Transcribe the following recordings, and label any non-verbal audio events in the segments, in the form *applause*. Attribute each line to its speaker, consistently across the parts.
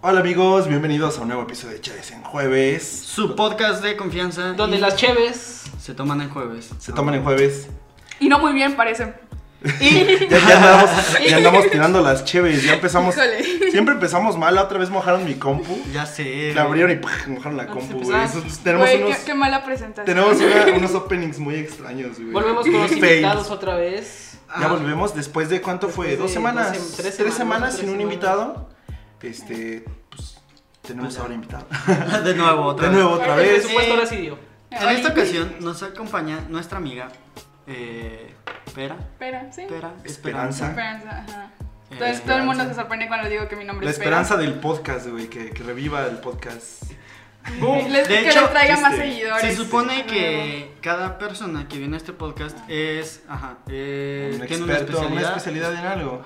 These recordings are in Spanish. Speaker 1: Hola amigos, bienvenidos a un nuevo episodio de Chaves en Jueves.
Speaker 2: Su podcast de confianza.
Speaker 3: Donde
Speaker 2: y
Speaker 3: las cheves.
Speaker 2: se toman en jueves.
Speaker 1: Se toman en
Speaker 4: *laughs*
Speaker 1: jueves.
Speaker 4: Y no muy bien, parece.
Speaker 1: Ya, ya andamos, ya andamos tirando las cheves, ya
Speaker 4: *laughs*
Speaker 1: empezamos.
Speaker 4: Híjole.
Speaker 1: Siempre empezamos mal, la otra vez mojaron mi compu.
Speaker 2: Ah, Ya
Speaker 4: Eh,
Speaker 2: sé.
Speaker 1: La abrieron y ¡pah! mojaron la compu, güey.
Speaker 3: Ah,
Speaker 1: Eso- Tenemos
Speaker 4: Güey,
Speaker 1: unos,
Speaker 4: qué, qué mala presentación.
Speaker 1: tenemos
Speaker 4: *laughs*
Speaker 1: una- unos openings muy extraños, güey.
Speaker 3: Volvemos con los
Speaker 1: Fails.
Speaker 3: invitados otra vez.
Speaker 1: Ya volvemos después de cuánto
Speaker 3: Después
Speaker 1: fue, dos
Speaker 3: de
Speaker 1: semanas.
Speaker 3: dos sem-
Speaker 1: tres,
Speaker 3: tres
Speaker 1: semanas,
Speaker 3: semanas,
Speaker 1: sin
Speaker 3: tres
Speaker 1: un
Speaker 3: semanas.
Speaker 1: invitado. Este, pues tenemos ahora invitado.
Speaker 2: *laughs* De nuevo, otra
Speaker 1: De
Speaker 2: vez.
Speaker 1: nuevo, otra
Speaker 3: El
Speaker 1: vez.
Speaker 3: Este presupuesto ahora sí dio.
Speaker 2: En esta ocasión nos acompaña nuestra amiga. Eh. Pera.
Speaker 4: Espera, sí.
Speaker 2: Pera.
Speaker 1: Esperanza.
Speaker 4: Esperanza, ajá.
Speaker 2: Eh,
Speaker 4: Entonces todo el mundo
Speaker 1: Esperanza.
Speaker 4: se sorprende cuando digo que mi nombre
Speaker 1: La
Speaker 4: es Pera.
Speaker 1: esperanza del podcast, güey, que, que reviva el podcast.
Speaker 2: Boom.
Speaker 4: Les-
Speaker 2: De
Speaker 4: que
Speaker 2: hecho,
Speaker 4: les traiga más
Speaker 1: este,
Speaker 4: seguidores.
Speaker 2: Se supone que cada persona que viene a este podcast es. Ajá. eh,
Speaker 1: un
Speaker 2: tiene una
Speaker 1: experto,
Speaker 2: especialidad.
Speaker 1: una especialidad en algo.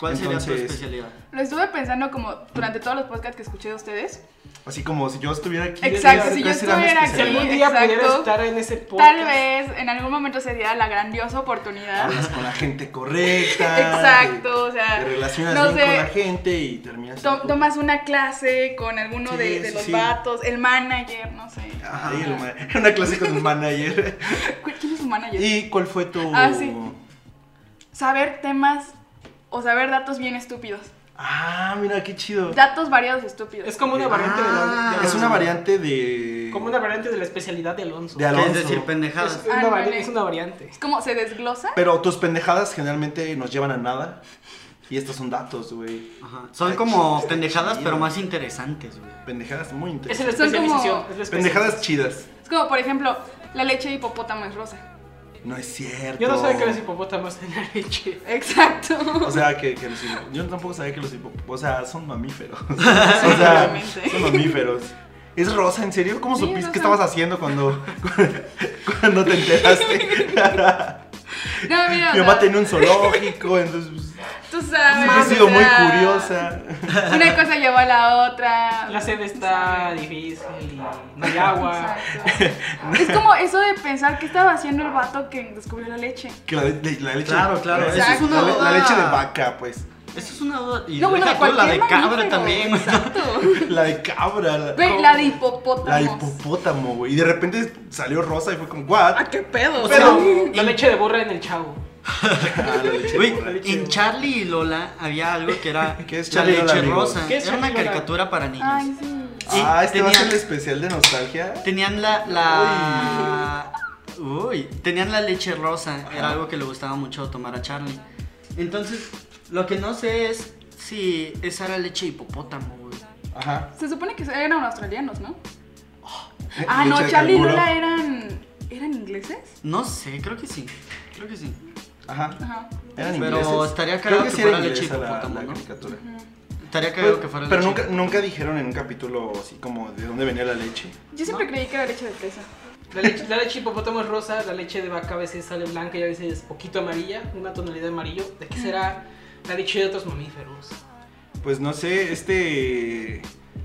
Speaker 2: ¿Cuál sería tu
Speaker 1: Entonces,
Speaker 2: especialidad?
Speaker 4: Lo estuve pensando como durante todos los podcasts que escuché de ustedes.
Speaker 1: Así como si yo estuviera aquí.
Speaker 4: Exacto, si yo
Speaker 1: ¿cuál será mi
Speaker 4: estuviera
Speaker 3: Si
Speaker 4: Sí,
Speaker 3: algún
Speaker 1: especialidad?
Speaker 3: día
Speaker 4: exacto.
Speaker 3: pudiera estar en ese podcast.
Speaker 4: Tal vez en algún momento se diera la grandiosa oportunidad.
Speaker 1: Hablas con la gente correcta.
Speaker 4: *laughs* Exacto, o
Speaker 1: Te,
Speaker 4: sea,
Speaker 1: te relacionas
Speaker 4: no
Speaker 1: bien
Speaker 4: sé.
Speaker 1: con la gente y terminas.
Speaker 4: to- tomas una clase con alguno
Speaker 1: Sí,
Speaker 4: de, de
Speaker 1: sí,
Speaker 4: los
Speaker 1: sí. Ah.
Speaker 4: vatos, el manager, no sé.
Speaker 1: Ajá, y el ma- una clase con un manager.
Speaker 4: *laughs* ¿Cu- ¿Quién es su manager?
Speaker 1: ¿Y cuál fue tu.?
Speaker 4: Ah, sí. Saber temas o saber datos bien estúpidos.
Speaker 1: Ah, mira, qué chido.
Speaker 4: Datos variados estúpidos.
Speaker 3: Es como una variante
Speaker 2: Ah,
Speaker 3: de la.
Speaker 1: Es una variante de.
Speaker 3: Como una variante de la especialidad de Alonso.
Speaker 1: De Al-
Speaker 2: ¿Qué es
Speaker 1: Alonso.
Speaker 2: decir,
Speaker 3: es,
Speaker 2: pendejadas?
Speaker 3: una
Speaker 4: Ándale.
Speaker 3: vari- es una variante.
Speaker 4: Es como se desglosa.
Speaker 1: Pero tus pendejadas generalmente nos llevan a nada. Y estos son datos, güey.
Speaker 2: Ajá. Son
Speaker 1: Está
Speaker 2: como
Speaker 1: chido,
Speaker 2: pendejadas,
Speaker 1: chido.
Speaker 2: pero más interesantes, güey.
Speaker 1: Pendejadas muy
Speaker 3: Es la
Speaker 1: interesantes.
Speaker 4: Son como-
Speaker 3: especialización. es la especialización.
Speaker 1: Pendejadas chidas.
Speaker 4: Es como, por ejemplo, la leche de hipopótamo es rosa.
Speaker 1: No es cierto.
Speaker 3: Yo no sabía que los *laughs* hipopótamos tenían leche.
Speaker 4: Exacto.
Speaker 1: O sea, que, que los hipo- Yo tampoco sabía que los hipopótamos. O sea, son
Speaker 4: *laughs*
Speaker 1: mamíferos. o sea, *laughs*
Speaker 4: Obviamente.
Speaker 1: son mamíferos. ¿Es rosa? ¿En serio? ¿Cómo
Speaker 4: Sí,
Speaker 1: supiste?
Speaker 4: es
Speaker 1: ¿Qué
Speaker 4: rosa.
Speaker 1: estabas haciendo cuando, *laughs* cuando te enteraste?
Speaker 4: *laughs* No, mira, o
Speaker 1: Mi mamá
Speaker 4: sea,
Speaker 1: tenía un zoológico, entonces pues,
Speaker 4: tú sabes.
Speaker 1: he sido
Speaker 4: o
Speaker 1: muy
Speaker 4: sea,
Speaker 1: curiosa.
Speaker 4: Una cosa llevó a la otra.
Speaker 3: La sede está difícil y no hay agua.
Speaker 4: Exacto. Es como eso de pensar qué estaba haciendo el vato que descubrió la leche.
Speaker 1: Que la, le- la leche
Speaker 2: Claro, claro,
Speaker 1: La,
Speaker 4: eso es una
Speaker 1: la le- la
Speaker 2: duda.
Speaker 1: leche de vaca, pues.
Speaker 2: Eso es una duda. Y
Speaker 4: No, bueno,
Speaker 2: deja
Speaker 4: de
Speaker 2: tú, la de
Speaker 4: cualquier
Speaker 2: cabra
Speaker 4: mamífero,
Speaker 2: también, güey.
Speaker 4: Exacto.
Speaker 1: La de cabra. La,
Speaker 4: Güey, la de hipopótamos.
Speaker 1: la de hipopótamo, güey. Y de repente salió rosa y fue como, ¿what?
Speaker 4: Ah, qué pedo.
Speaker 3: O sea,
Speaker 1: Pero-
Speaker 3: la leche de burra en el chavo.
Speaker 1: Ah, la leche de
Speaker 2: Güey,
Speaker 1: cabra.
Speaker 2: en Charlie y Lola había algo que era
Speaker 1: *laughs* ¿Qué es
Speaker 2: la
Speaker 1: Charlie y Lola,
Speaker 2: leche
Speaker 1: amigos?
Speaker 2: rosa.
Speaker 3: ¿Qué es
Speaker 2: Era una
Speaker 3: Charlie y Lola?
Speaker 2: caricatura para niños.
Speaker 4: Ay, sí.
Speaker 2: Sí,
Speaker 1: ah, este va a ser
Speaker 2: tenía-
Speaker 1: el especial de nostalgia.
Speaker 2: Tenían la, la... Uy, tenían la leche rosa. Era algo que le gustaba mucho tomar a Charlie. Entonces, lo que no sé es si esa era leche de hipopótamo, güey.
Speaker 1: Ajá.
Speaker 4: Se supone que eran australianos, ¿no?
Speaker 1: *laughs*
Speaker 4: Ah, no,
Speaker 1: Leche de
Speaker 4: Charlie y
Speaker 1: canguro.
Speaker 4: Lola eran. ¿Eran ingleses?
Speaker 2: No sé, creo que sí. Creo que sí.
Speaker 1: Ajá.
Speaker 4: Ajá.
Speaker 1: Eran
Speaker 2: Pero
Speaker 1: ingleses.
Speaker 2: estaría
Speaker 1: Creo
Speaker 2: cagado que
Speaker 1: sí
Speaker 2: fuera
Speaker 1: era
Speaker 2: leche
Speaker 1: inglesa la-
Speaker 2: hipopótamo,
Speaker 1: la
Speaker 2: ¿no?
Speaker 1: caricatura.
Speaker 2: Estaría
Speaker 1: Pero,
Speaker 2: cagado que fuera
Speaker 1: Pues, pero
Speaker 2: leche.
Speaker 1: nunca, nunca dijeron en un capítulo así como de dónde venía la leche.
Speaker 4: Yo siempre creí que era leche de presa.
Speaker 3: La leche, la leche de hipopótamo es rosa, la leche de vaca a veces sale blanca y a veces poquito amarilla, una tonalidad de amarillo. ¿De qué será la leche de otros mamíferos?
Speaker 1: Pues no sé, este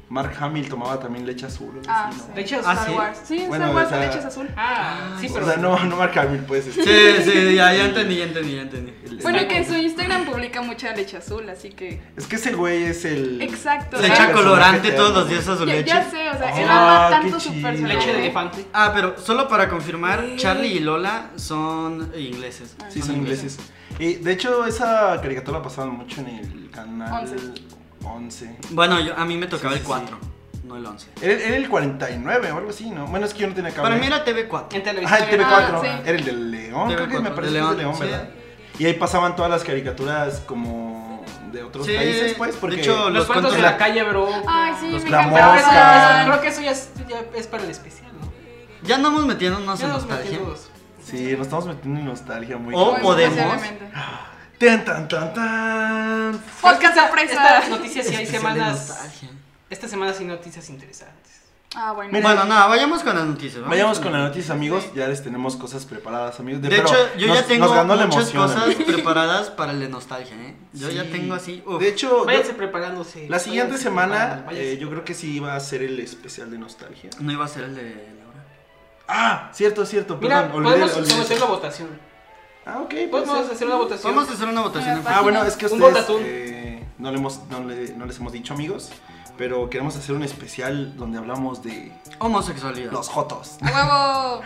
Speaker 1: Mark Hamill tomaba también leche azul. o
Speaker 4: Ah,
Speaker 1: así, ¿no?
Speaker 4: sí.
Speaker 3: Leche de
Speaker 2: Ah,
Speaker 4: Star
Speaker 2: sí.
Speaker 4: Wars. Sí, en
Speaker 1: Bueno,
Speaker 4: Star Wars
Speaker 1: o sea-
Speaker 4: la leche es azul.
Speaker 3: Ah, sí, pero.
Speaker 1: O sea, no, no Mark Hamill, pues. este,
Speaker 2: Sí, sí, ya, ya entendí, ya entendí, ya entendí.
Speaker 1: el-
Speaker 4: Bueno,
Speaker 1: el-
Speaker 4: que en su Instagram publica mucha leche azul, así que.
Speaker 1: Es que ese güey es el.
Speaker 4: Exacto.
Speaker 2: Le
Speaker 4: Ah,
Speaker 2: echa
Speaker 4: personaje
Speaker 2: colorante
Speaker 1: eterno,
Speaker 2: todos los
Speaker 1: güey.
Speaker 2: días a su
Speaker 4: Ya,
Speaker 2: leche.
Speaker 4: ya sé, o sea,
Speaker 1: Ah,
Speaker 4: él ama
Speaker 1: qué
Speaker 4: tanto su
Speaker 1: chido.
Speaker 4: personaje.
Speaker 3: Leche de elefante.
Speaker 2: Ah, pero solo para confirmar,
Speaker 3: Eh.
Speaker 2: Charlie y Lola son ingleses.
Speaker 4: Ah.
Speaker 1: Sí, son ingleses. Y de hecho, esa caricatura pasaba mucho en el canal
Speaker 4: Once.
Speaker 1: 11.
Speaker 2: Bueno, yo- a mí me tocaba
Speaker 1: Sí,
Speaker 2: el
Speaker 1: sí,
Speaker 2: 4, no el 11.
Speaker 1: Era, era el 49 o algo así, ¿no? Bueno, es que yo no tenía cable.
Speaker 2: Para mí era TV4.
Speaker 1: Ah,
Speaker 3: En
Speaker 1: el
Speaker 3: televisión.
Speaker 1: TV4.
Speaker 4: Ah, sí.
Speaker 1: Era el de León, creo que me parece
Speaker 2: TV4, de
Speaker 1: que es de
Speaker 2: León,
Speaker 1: León,
Speaker 2: sí.
Speaker 1: ¿verdad? Y ahí pasaban todas las caricaturas como de otros
Speaker 2: Sí,
Speaker 1: países, pues,
Speaker 2: de
Speaker 1: porque...
Speaker 2: hecho,
Speaker 3: los
Speaker 2: los
Speaker 3: cuentos de
Speaker 2: cuentos-
Speaker 3: la calle, bro.
Speaker 4: Ay, sí,
Speaker 2: Los
Speaker 4: me
Speaker 1: la
Speaker 3: Pero
Speaker 4: encantaba.
Speaker 3: eso-
Speaker 1: mosca.
Speaker 3: eso- creo que eso ya es, ya es para el especial, ¿no?
Speaker 2: Ya no hemos metido unos
Speaker 3: Ya
Speaker 2: en
Speaker 3: nos
Speaker 2: nostalgia.
Speaker 3: metimos.
Speaker 1: Sí, nos estamos metiendo en nostalgia muy...
Speaker 2: O
Speaker 4: Muy
Speaker 2: podemos.
Speaker 4: especialmente.
Speaker 1: Ah, Tan, tan, tan, tan.
Speaker 4: Podcast
Speaker 3: Esta-
Speaker 4: Pues sorpresa.
Speaker 3: Esta noticia sí hay
Speaker 2: Especial de
Speaker 3: semanas.
Speaker 2: nostalgia.
Speaker 3: Esta semana sí hay noticias interesantes.
Speaker 4: Ah, bueno.
Speaker 2: Bueno, nada, vayamos con las noticias. vamos
Speaker 1: Vayamos con las noticias, amigos. Ya les tenemos cosas preparadas, amigos.
Speaker 2: De
Speaker 1: pero
Speaker 2: hecho, yo
Speaker 1: nos-
Speaker 2: ya tengo
Speaker 1: nos ganó la
Speaker 2: muchas
Speaker 1: emoción, *laughs*
Speaker 2: cosas
Speaker 1: amigos.
Speaker 2: preparadas para el de nostalgia, ¿eh? Yo ya
Speaker 1: Sí.
Speaker 2: tengo así. uf.
Speaker 1: De hecho, Oh, yo-
Speaker 3: Váyanse preparándose.
Speaker 1: la siguiente
Speaker 3: váyanse
Speaker 1: semana
Speaker 3: preparando, váyanse.
Speaker 1: eh, yo creo que sí va a ser el especial de nostalgia.
Speaker 2: no iba a ser el de Laura.
Speaker 1: Ah, cierto, cierto.
Speaker 3: Mira,
Speaker 1: Perdón, olvidé-
Speaker 3: podemos
Speaker 1: olvidé.
Speaker 3: someterlo a votación.
Speaker 1: Ah, ok. puede
Speaker 3: Podemos
Speaker 1: ser.
Speaker 3: hacer una votación.
Speaker 2: Vamos a hacer una votación.
Speaker 4: Me
Speaker 2: en
Speaker 4: parece-
Speaker 1: Ah, bueno, es que
Speaker 3: Un
Speaker 1: ustedes
Speaker 3: botatún.
Speaker 1: eh, no, le hemos, no, le- no les hemos dicho, amigos, Pero queremos hacer un especial donde hablamos de
Speaker 2: Homosexualidad.
Speaker 1: los jotos.
Speaker 4: ¡A huevo!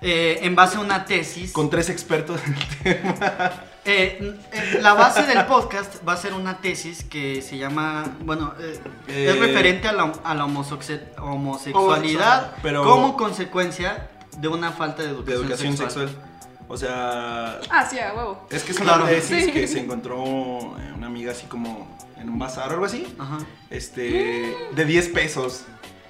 Speaker 2: Eh, en base a una tesis.
Speaker 1: Con tres expertos en el tema.
Speaker 2: Eh, n- eh, la base del podcast va a ser una tesis que se llama, bueno, eh,
Speaker 1: Eh,
Speaker 2: es referente a la, a la homosoxe- homosexualidad
Speaker 1: pero-
Speaker 2: como consecuencia de una falta de
Speaker 1: de
Speaker 2: educación,
Speaker 1: educación
Speaker 2: sexual.
Speaker 1: sexual. O sea,
Speaker 4: Ah, sí, a huevo.
Speaker 1: es que es una
Speaker 2: Claro.
Speaker 1: tesis
Speaker 4: Sí.
Speaker 1: que se encontró eh, una amiga así como en un bazar o algo así.
Speaker 2: Ajá.
Speaker 1: Este, de 10 pesos.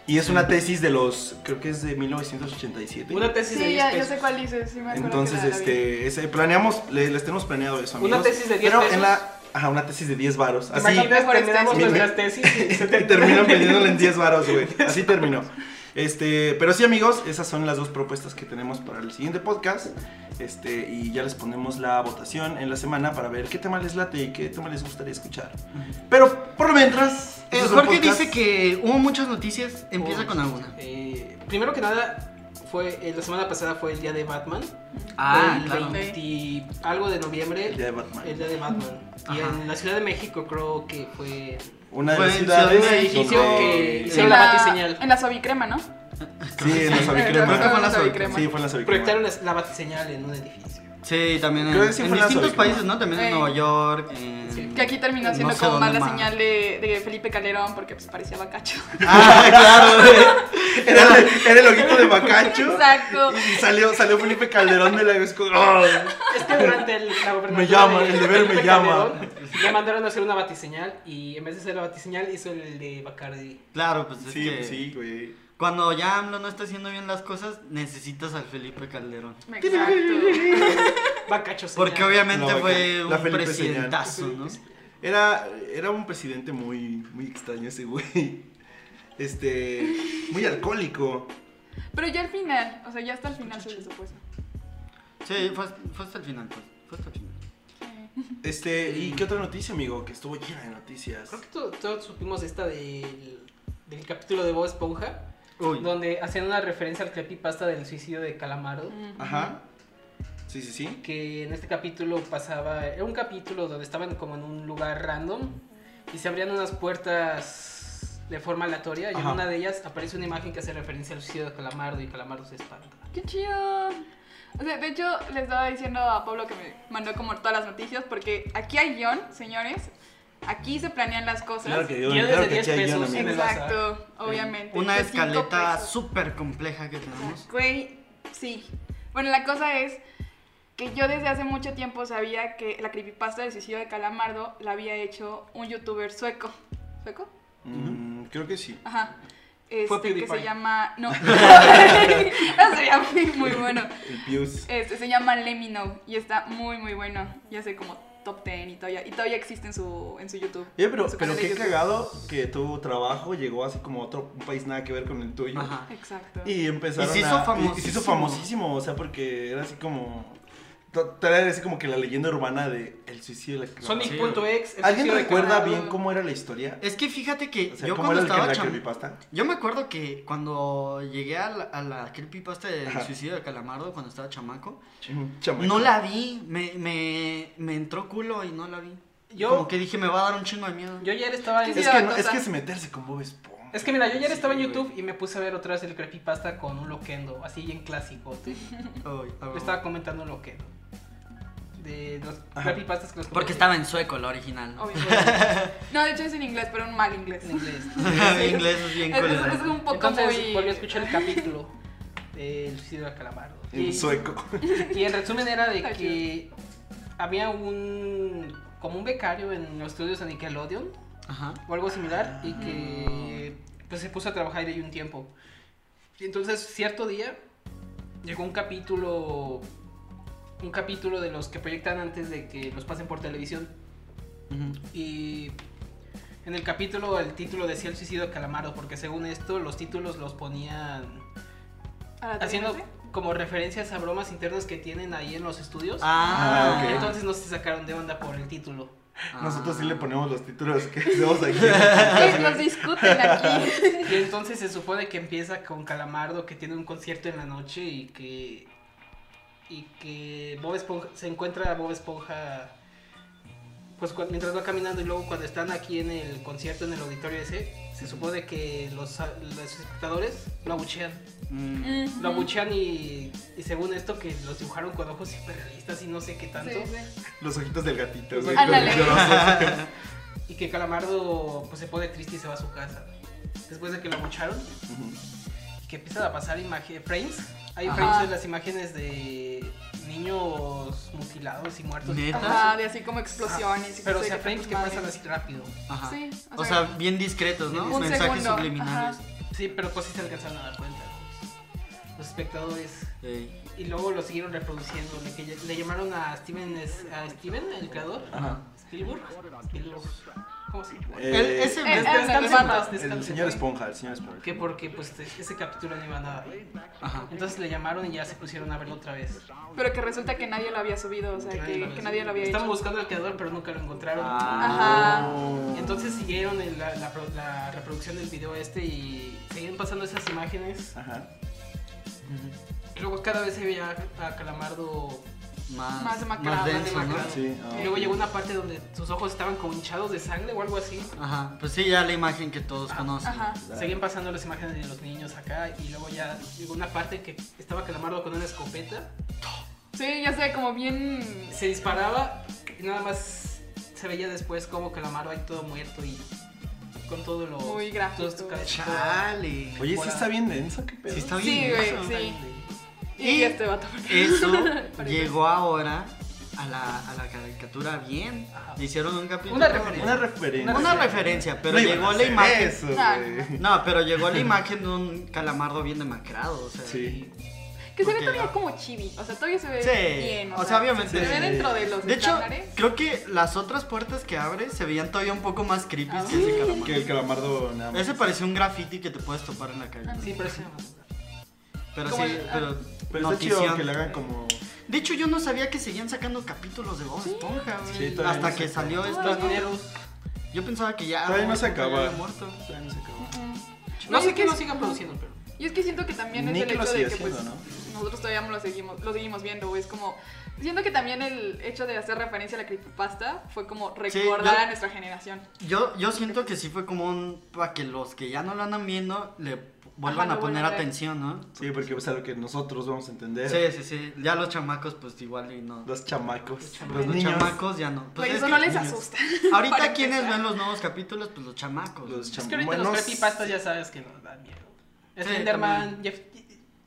Speaker 1: Y es una tesis de los, creo que es de 1987.
Speaker 3: Una tesis de
Speaker 4: Sí,
Speaker 3: 10
Speaker 4: ya, yo
Speaker 3: pesos.
Speaker 4: sé cuál dices, sí me acuerdo.
Speaker 1: Entonces,
Speaker 4: que la- la
Speaker 1: este,
Speaker 4: vi.
Speaker 1: ese, planeamos, le- les tenemos planeado eso,
Speaker 3: Una
Speaker 1: amigos.
Speaker 3: tesis de 10
Speaker 1: Pero
Speaker 3: pesos.
Speaker 1: en la, ajá, una tesis de 10 varos.
Speaker 3: ¿Te
Speaker 1: Así,
Speaker 3: imaginas?
Speaker 4: Mejor
Speaker 3: terminamos
Speaker 1: extensión.
Speaker 3: nuestras tesis y
Speaker 1: *laughs*
Speaker 3: se
Speaker 1: Y
Speaker 3: *laughs*
Speaker 1: terminó vendiéndole en 10 varos, güey. Así terminó. Este, pero sí, amigos, esas son las dos propuestas que tenemos para el siguiente podcast. Este, y ya les ponemos la votación en la semana para ver qué tema les late y qué tema les gustaría escuchar. Pero por lo mientras,
Speaker 2: Eh,
Speaker 1: este es un
Speaker 2: Jorge
Speaker 1: podcast-
Speaker 2: dice que hubo muchas noticias, empieza
Speaker 4: Oh.
Speaker 2: con alguna.
Speaker 3: Eh, primero que nada, fue eh, la semana pasada fue el día de Batman.
Speaker 2: Ah,
Speaker 3: el
Speaker 2: claro.
Speaker 3: 20 algo de noviembre,
Speaker 1: El día de Batman.
Speaker 3: el día de Batman. Y
Speaker 2: Ajá.
Speaker 3: en la Ciudad de México creo que fue...
Speaker 1: Una de
Speaker 2: Fue
Speaker 1: las
Speaker 2: en Ciudad de
Speaker 1: ciudades
Speaker 3: México
Speaker 1: donde-
Speaker 3: que-
Speaker 1: Sí,
Speaker 3: hicieron la batiseñal.
Speaker 4: En la suavicrema, ¿no? Eh,
Speaker 1: en la
Speaker 2: Creo
Speaker 4: *laughs*
Speaker 2: que fue
Speaker 1: Savicrema.
Speaker 2: en la
Speaker 1: Sí, fue en la Savicrema.
Speaker 3: Proyectaron la- la batiseñal en un edificio.
Speaker 2: Sí, también en,
Speaker 1: Creo que sí
Speaker 2: en
Speaker 1: fue en la
Speaker 2: distintos
Speaker 1: Soviet, ¿no?
Speaker 2: países, ¿no? También en
Speaker 4: Sí.
Speaker 2: Nueva York. en-
Speaker 3: Sí.
Speaker 4: Que aquí terminó
Speaker 2: No
Speaker 4: siendo
Speaker 2: sé
Speaker 4: como
Speaker 2: dónde
Speaker 4: más la
Speaker 2: más.
Speaker 4: señal de, de Felipe Calderón porque pues
Speaker 2: *laughs*
Speaker 4: parecía bacacho.
Speaker 2: *laughs* Ah,
Speaker 1: *laughs*
Speaker 2: claro.
Speaker 1: eh.
Speaker 2: güey.
Speaker 1: Era, era el ojito de Bacacho.
Speaker 4: *laughs* Exacto.
Speaker 1: Y salió, salió Felipe Calderón de la ¡Oh!
Speaker 3: Es que durante el, la gobernatura
Speaker 1: Me llama,
Speaker 3: de
Speaker 1: el deber me
Speaker 3: Felipe
Speaker 1: llama.
Speaker 3: Calderón, Le mandaron a hacer una batiseñal y en vez de hacer la batiseñal hizo el de Bacardi.
Speaker 2: Claro, pues es
Speaker 1: Sí,
Speaker 2: que
Speaker 1: pues sí, güey.
Speaker 2: cuando ya AMLO no está haciendo bien las cosas, necesitas al Felipe Calderón. *laughs*
Speaker 4: Exacto.
Speaker 3: *laughs* Bacacho señal.
Speaker 2: Porque obviamente
Speaker 1: La-
Speaker 2: fue
Speaker 1: la
Speaker 2: un
Speaker 1: Felipe
Speaker 2: presidentazo, ¿no?
Speaker 1: Era, era un presidente muy, muy extraño ese güey. Este, muy alcohólico.
Speaker 4: Pero ya al final, o sea, ya hasta el final se desopuso.
Speaker 2: Sí, fue, fue hasta el final, pues. Fue hasta el final.
Speaker 1: Este, ¿y qué otra noticia, amigo? Que estuvo llena de noticias.
Speaker 3: Creo que to- todos supimos esta del, del capítulo de Bob Esponja,
Speaker 2: Uy.
Speaker 3: donde hacían una referencia al creepypasta del suicidio de Calamardo.
Speaker 1: Ajá. Sí, sí, sí.
Speaker 3: que en este capítulo pasaba, era un capítulo donde estaban como en un lugar random y se abrían unas puertas de forma aleatoria y en
Speaker 1: Ajá.
Speaker 3: una de ellas aparece una imagen que hace referencia al suicidio de Calamardo y Calamardo se espanta.
Speaker 4: ¡Qué chido! O sea, de hecho, les estaba diciendo a Pablo que me mandó como todas las noticias porque aquí hay guión, señores. Aquí se planean las cosas.
Speaker 1: yo,
Speaker 3: Guiones de 10 pesos, sí,
Speaker 1: amigo.
Speaker 3: ¿verdad?
Speaker 4: Exacto, obviamente.
Speaker 2: Una
Speaker 4: De cinco
Speaker 2: escaleta
Speaker 4: pesos.
Speaker 2: súper compleja que tenemos.
Speaker 4: Güey, sí. Bueno, la cosa es que yo desde hace mucho tiempo sabía que la creepypasta del suicidio de Calamardo la había hecho un youtuber sueco. ¿Sueco?
Speaker 1: Mm, creo que sí.
Speaker 4: Ajá. Este,
Speaker 3: Fue
Speaker 4: que
Speaker 3: PewDiePie.
Speaker 4: se llama.
Speaker 3: *laughs*
Speaker 4: No. *laughs* Eso sería muy, muy bueno.
Speaker 1: *laughs* El Pius.
Speaker 3: Eh,
Speaker 4: Este, se llama Lemino y está muy, muy bueno. Ya sé como top 10 y todavía, y todavía existe en su, en su YouTube.
Speaker 1: Oye, pero,
Speaker 4: en su
Speaker 1: pero
Speaker 4: canal de
Speaker 1: qué
Speaker 4: YouTube.
Speaker 1: cagado que tu trabajo llegó así como a otro un país nada que ver con el tuyo.
Speaker 2: Ajá.
Speaker 4: Exacto.
Speaker 1: Y empezaron
Speaker 2: Y se hizo
Speaker 1: a-
Speaker 2: famosísimo.
Speaker 1: y se hizo famosísimo, o sea, porque era así como... to- Tal era así como que la leyenda urbana de el suicidio de la
Speaker 3: Sonic.ex. el
Speaker 1: ¿Alguien
Speaker 3: suicidio de
Speaker 1: recuerda
Speaker 3: Calamardo.
Speaker 1: bien cómo era la historia?
Speaker 2: Es que fíjate que
Speaker 1: O sea,
Speaker 2: Eh, yo
Speaker 1: ¿cómo era
Speaker 2: cuando
Speaker 1: el que
Speaker 2: estaba
Speaker 1: la
Speaker 2: chamo-
Speaker 1: creepypasta?
Speaker 2: Yo me acuerdo que cuando llegué a la, a la creepypasta del
Speaker 1: Ajá. Oh
Speaker 2: suicidio de Calamardo, cuando estaba chamaco,
Speaker 1: Chamaco.
Speaker 2: no la vi. Me, me, me entró culo y no la vi.
Speaker 3: Yo-
Speaker 2: Como que dije, me va a dar un chingo de miedo.
Speaker 3: Yo ayer estaba en...
Speaker 4: Sí,
Speaker 1: Es
Speaker 4: sí,
Speaker 1: que, no-
Speaker 4: o
Speaker 1: es
Speaker 4: sea-
Speaker 1: que es meterse con Bob Esponja.
Speaker 3: Es que mira, yo ayer estaba en
Speaker 2: Sí,
Speaker 3: YouTube y me puse a ver otra vez el creepypasta con un loquendo, así bien clásico. ¿sí?
Speaker 2: Ay, ah,
Speaker 3: Yo estaba comentando un loquendo. De los creepypastas que los
Speaker 2: Porque
Speaker 3: comenté
Speaker 2: estaba en sueco el original. ¿no? *laughs*
Speaker 4: Obviamente. No, de hecho es en inglés, pero un
Speaker 3: *laughs*
Speaker 4: mal inglés.
Speaker 3: en inglés.
Speaker 2: inglés es bien
Speaker 4: Es, es- es
Speaker 2: culero.
Speaker 4: *laughs* un poco
Speaker 3: Entonces
Speaker 4: muy...
Speaker 3: volví a escuchar el capítulo del suicidio de Calamardo.
Speaker 1: En
Speaker 3: Y,
Speaker 1: sueco.
Speaker 3: y en resumen era de
Speaker 4: Ay,
Speaker 3: que había un como un becario en los estudios de Nickelodeon
Speaker 2: Ajá.
Speaker 3: o algo similar y que
Speaker 4: Ah.
Speaker 3: pues se puso a trabajar ahí un tiempo. Y entonces cierto día llegó un capítulo un capítulo de los que proyectan antes de que los pasen por televisión y en el capítulo el título decía el suicidio de Calamardo porque según esto los títulos los ponían
Speaker 4: ¿A la
Speaker 3: haciendo
Speaker 4: tele?
Speaker 3: como referencias a bromas internas que tienen ahí en los estudios.
Speaker 2: Ah,
Speaker 1: Ah, ok.
Speaker 3: Entonces no se sacaron de onda por el título.
Speaker 2: Ah.
Speaker 1: Nosotros sí le ponemos los títulos que hacemos aquí.
Speaker 4: Güey, Nos discuten aquí.
Speaker 3: Y entonces se supone que empieza con Calamardo que tiene un concierto en la noche y que y que Bob Esponja se encuentra a Bob Esponja pues cu- mientras va caminando y luego cuando están aquí en el concierto, en el auditorio ese, se supone que los, a- los espectadores lo abuchean.
Speaker 2: Mm.
Speaker 4: Ujú.
Speaker 3: Lo abuchean y, y según esto que los dibujaron con ojos hiperrealistas y no sé qué tanto.
Speaker 4: Sí, sí.
Speaker 1: *laughs* Los ojitos del gatito,
Speaker 3: Los
Speaker 1: güey.
Speaker 4: ojitos
Speaker 1: los
Speaker 4: del
Speaker 1: llorosos.
Speaker 3: *laughs* Y que Calamardo pues se pone triste y se va a su casa. Después de que lo abucharon,
Speaker 1: Ujú.
Speaker 3: y que empiezan a pasar imágenes, frames. Hay
Speaker 2: Ajá.
Speaker 3: frames de las imágenes de niños mutilados y muertos. y
Speaker 2: ¿Neta?
Speaker 3: todo
Speaker 4: Ajá, de así como explosiones.
Speaker 3: eso.
Speaker 4: y
Speaker 3: Pero o
Speaker 4: cosas
Speaker 3: sea,
Speaker 4: de
Speaker 3: frames que
Speaker 4: madre.
Speaker 3: pasan así rápido.
Speaker 2: Ajá.
Speaker 4: Sí, o
Speaker 2: o
Speaker 4: sea,
Speaker 2: sea, bien discretos, ¿no?
Speaker 4: un
Speaker 2: Mensajes
Speaker 4: segundo,
Speaker 2: subliminales.
Speaker 3: Sí, pero pues sí se alcanzaron a dar cuenta los, los espectadores.
Speaker 2: Ey.
Speaker 3: Y luego lo siguieron reproduciendo. Le, que ll- le llamaron a Steven, es- a Steven, el creador.
Speaker 1: Ajá.
Speaker 3: Spielberg. Spielberg. ¿Cómo se llama?
Speaker 1: Eh,
Speaker 2: El- ese-
Speaker 4: Eh,
Speaker 3: Descansa
Speaker 4: el- el
Speaker 3: en
Speaker 4: vato.
Speaker 3: paz, descansa en
Speaker 1: El señor
Speaker 3: paz.
Speaker 1: Esponja, el señor Esponja.
Speaker 3: Que porque pues te- ese capítulo no iba a nada bien.
Speaker 2: Ajá.
Speaker 3: Entonces le llamaron y ya se pusieron a verlo otra vez.
Speaker 4: Pero que resulta que nadie lo había subido, o sea, que, que nadie lo había
Speaker 3: Estaban
Speaker 4: hecho.
Speaker 3: buscando al creador, pero nunca lo encontraron.
Speaker 2: Ah.
Speaker 4: Ajá.
Speaker 1: Oh.
Speaker 3: Entonces siguieron el- la, la pro- la reproducción del video este y seguían pasando esas imágenes.
Speaker 1: Ajá.
Speaker 3: Y luego cada vez se veía a Calamardo.
Speaker 2: Más,
Speaker 4: Más demacrado,
Speaker 2: más
Speaker 4: más
Speaker 2: denso, ¿no?
Speaker 3: demacrado.
Speaker 1: Sí. ah,
Speaker 3: Y luego
Speaker 1: ok.
Speaker 3: llegó una parte donde sus ojos estaban como hinchados de sangre o algo así.
Speaker 2: Ajá. Pues sí, ya la imagen que todos conocen.
Speaker 4: Ajá.
Speaker 3: Seguían pasando las imágenes de los niños acá y luego ya llegó una parte que estaba Calamardo con una escopeta.
Speaker 4: Sí, ya sé, como bien.
Speaker 3: Se disparaba y nada más se veía después como Calamardo ahí todo muerto y con todo lo...
Speaker 4: Muy gráfico.
Speaker 3: todo esto-
Speaker 2: Chale.
Speaker 1: Oye, sí está bien densa, qué pedo.
Speaker 2: Sí está bien.
Speaker 4: Sí,
Speaker 2: denso.
Speaker 4: güey, sí. Y
Speaker 2: Y-
Speaker 4: este vato. porque-
Speaker 2: *laughs* Eso
Speaker 4: Parece.
Speaker 2: llegó ahora a la, a la caricatura bien.
Speaker 3: Ajá.
Speaker 2: Le hicieron un capítulo.
Speaker 3: Una referencia.
Speaker 1: Una referencia.
Speaker 2: Una referencia, pero
Speaker 1: No iban
Speaker 2: llegó
Speaker 1: a
Speaker 2: la
Speaker 1: hacer
Speaker 2: imagen.
Speaker 1: Eso,
Speaker 4: Ah,
Speaker 1: güey.
Speaker 2: No, pero llegó *laughs* la imagen de un calamardo bien demacrado. O sea,
Speaker 1: Sí.
Speaker 4: Que se ve
Speaker 2: porque-
Speaker 4: todavía como chibi, o sea, todavía se ve
Speaker 2: Sí,
Speaker 4: bien.
Speaker 2: o sea, obviamente
Speaker 4: Se ve
Speaker 2: sí.
Speaker 4: dentro de los
Speaker 2: De hecho,
Speaker 4: estándares.
Speaker 2: creo que las otras puertas que abre se veían todavía un poco más creepy
Speaker 4: Ah,
Speaker 2: que ese
Speaker 4: sí.
Speaker 2: calamardo.
Speaker 1: Que el calamardo nada más.
Speaker 2: Ese parecía un graffiti que te puedes topar en la calle.
Speaker 4: Ah,
Speaker 3: Sí, pero sí. nada más.
Speaker 2: Pero sí,
Speaker 4: Como el- ah.
Speaker 2: pero.
Speaker 1: Pero está
Speaker 2: notición.
Speaker 1: chido que le hagan como.
Speaker 2: De hecho, yo no sabía que seguían sacando capítulos de Bob Esponja, güey.
Speaker 1: Sí, todavía
Speaker 2: Hasta
Speaker 1: no
Speaker 2: que
Speaker 1: se-
Speaker 2: salió
Speaker 4: Todavía
Speaker 2: esta.
Speaker 3: Los dineros.
Speaker 2: Yo pensaba que ya.
Speaker 1: Todavía no
Speaker 2: Bob
Speaker 1: se
Speaker 2: Esponja ya
Speaker 1: acaba.
Speaker 2: había muerto.
Speaker 4: Mm.
Speaker 3: No
Speaker 4: No,
Speaker 3: sé
Speaker 4: es
Speaker 3: qué
Speaker 4: que-
Speaker 3: lo sigan produciendo, pero...
Speaker 4: Y es que siento que también
Speaker 1: Nick
Speaker 4: es el
Speaker 1: lo
Speaker 4: hecho de
Speaker 1: sigue
Speaker 4: que
Speaker 1: haciendo,
Speaker 4: pues,
Speaker 1: ¿no?
Speaker 4: nosotros todavía lo seguimos, lo seguimos viendo, güey. Es como. Siento que también el hecho de hacer referencia a la creepypasta fue como recordar
Speaker 2: yo-
Speaker 4: a nuestra generación.
Speaker 2: Yo, yo siento que sí fue como un. para que los que ya no lo andan viendo le vuelvan
Speaker 4: Ajá,
Speaker 2: a
Speaker 4: lo
Speaker 2: poner
Speaker 4: vuelvan a ver.
Speaker 2: atención, ¿no?
Speaker 1: Sí, porque es algo que nosotros vamos a entender.
Speaker 2: Sí, sí, sí. Ya los chamacos, pues igual y no. Los,
Speaker 1: Los chamacos. Los,
Speaker 3: Los
Speaker 1: niños.
Speaker 2: chamacos ya no. Pues
Speaker 4: Güey,
Speaker 2: es
Speaker 4: eso
Speaker 2: que-
Speaker 4: no les
Speaker 2: niños.
Speaker 4: asusta.
Speaker 2: Ahorita,
Speaker 4: Para
Speaker 2: ¿quiénes
Speaker 4: empezar.
Speaker 2: ven los nuevos capítulos? Pues los chamacos.
Speaker 1: Los
Speaker 3: Es que ahorita
Speaker 1: chamacos.
Speaker 3: los creepypastas ya sabes que nos dan miedo. Slenderman, Jeff...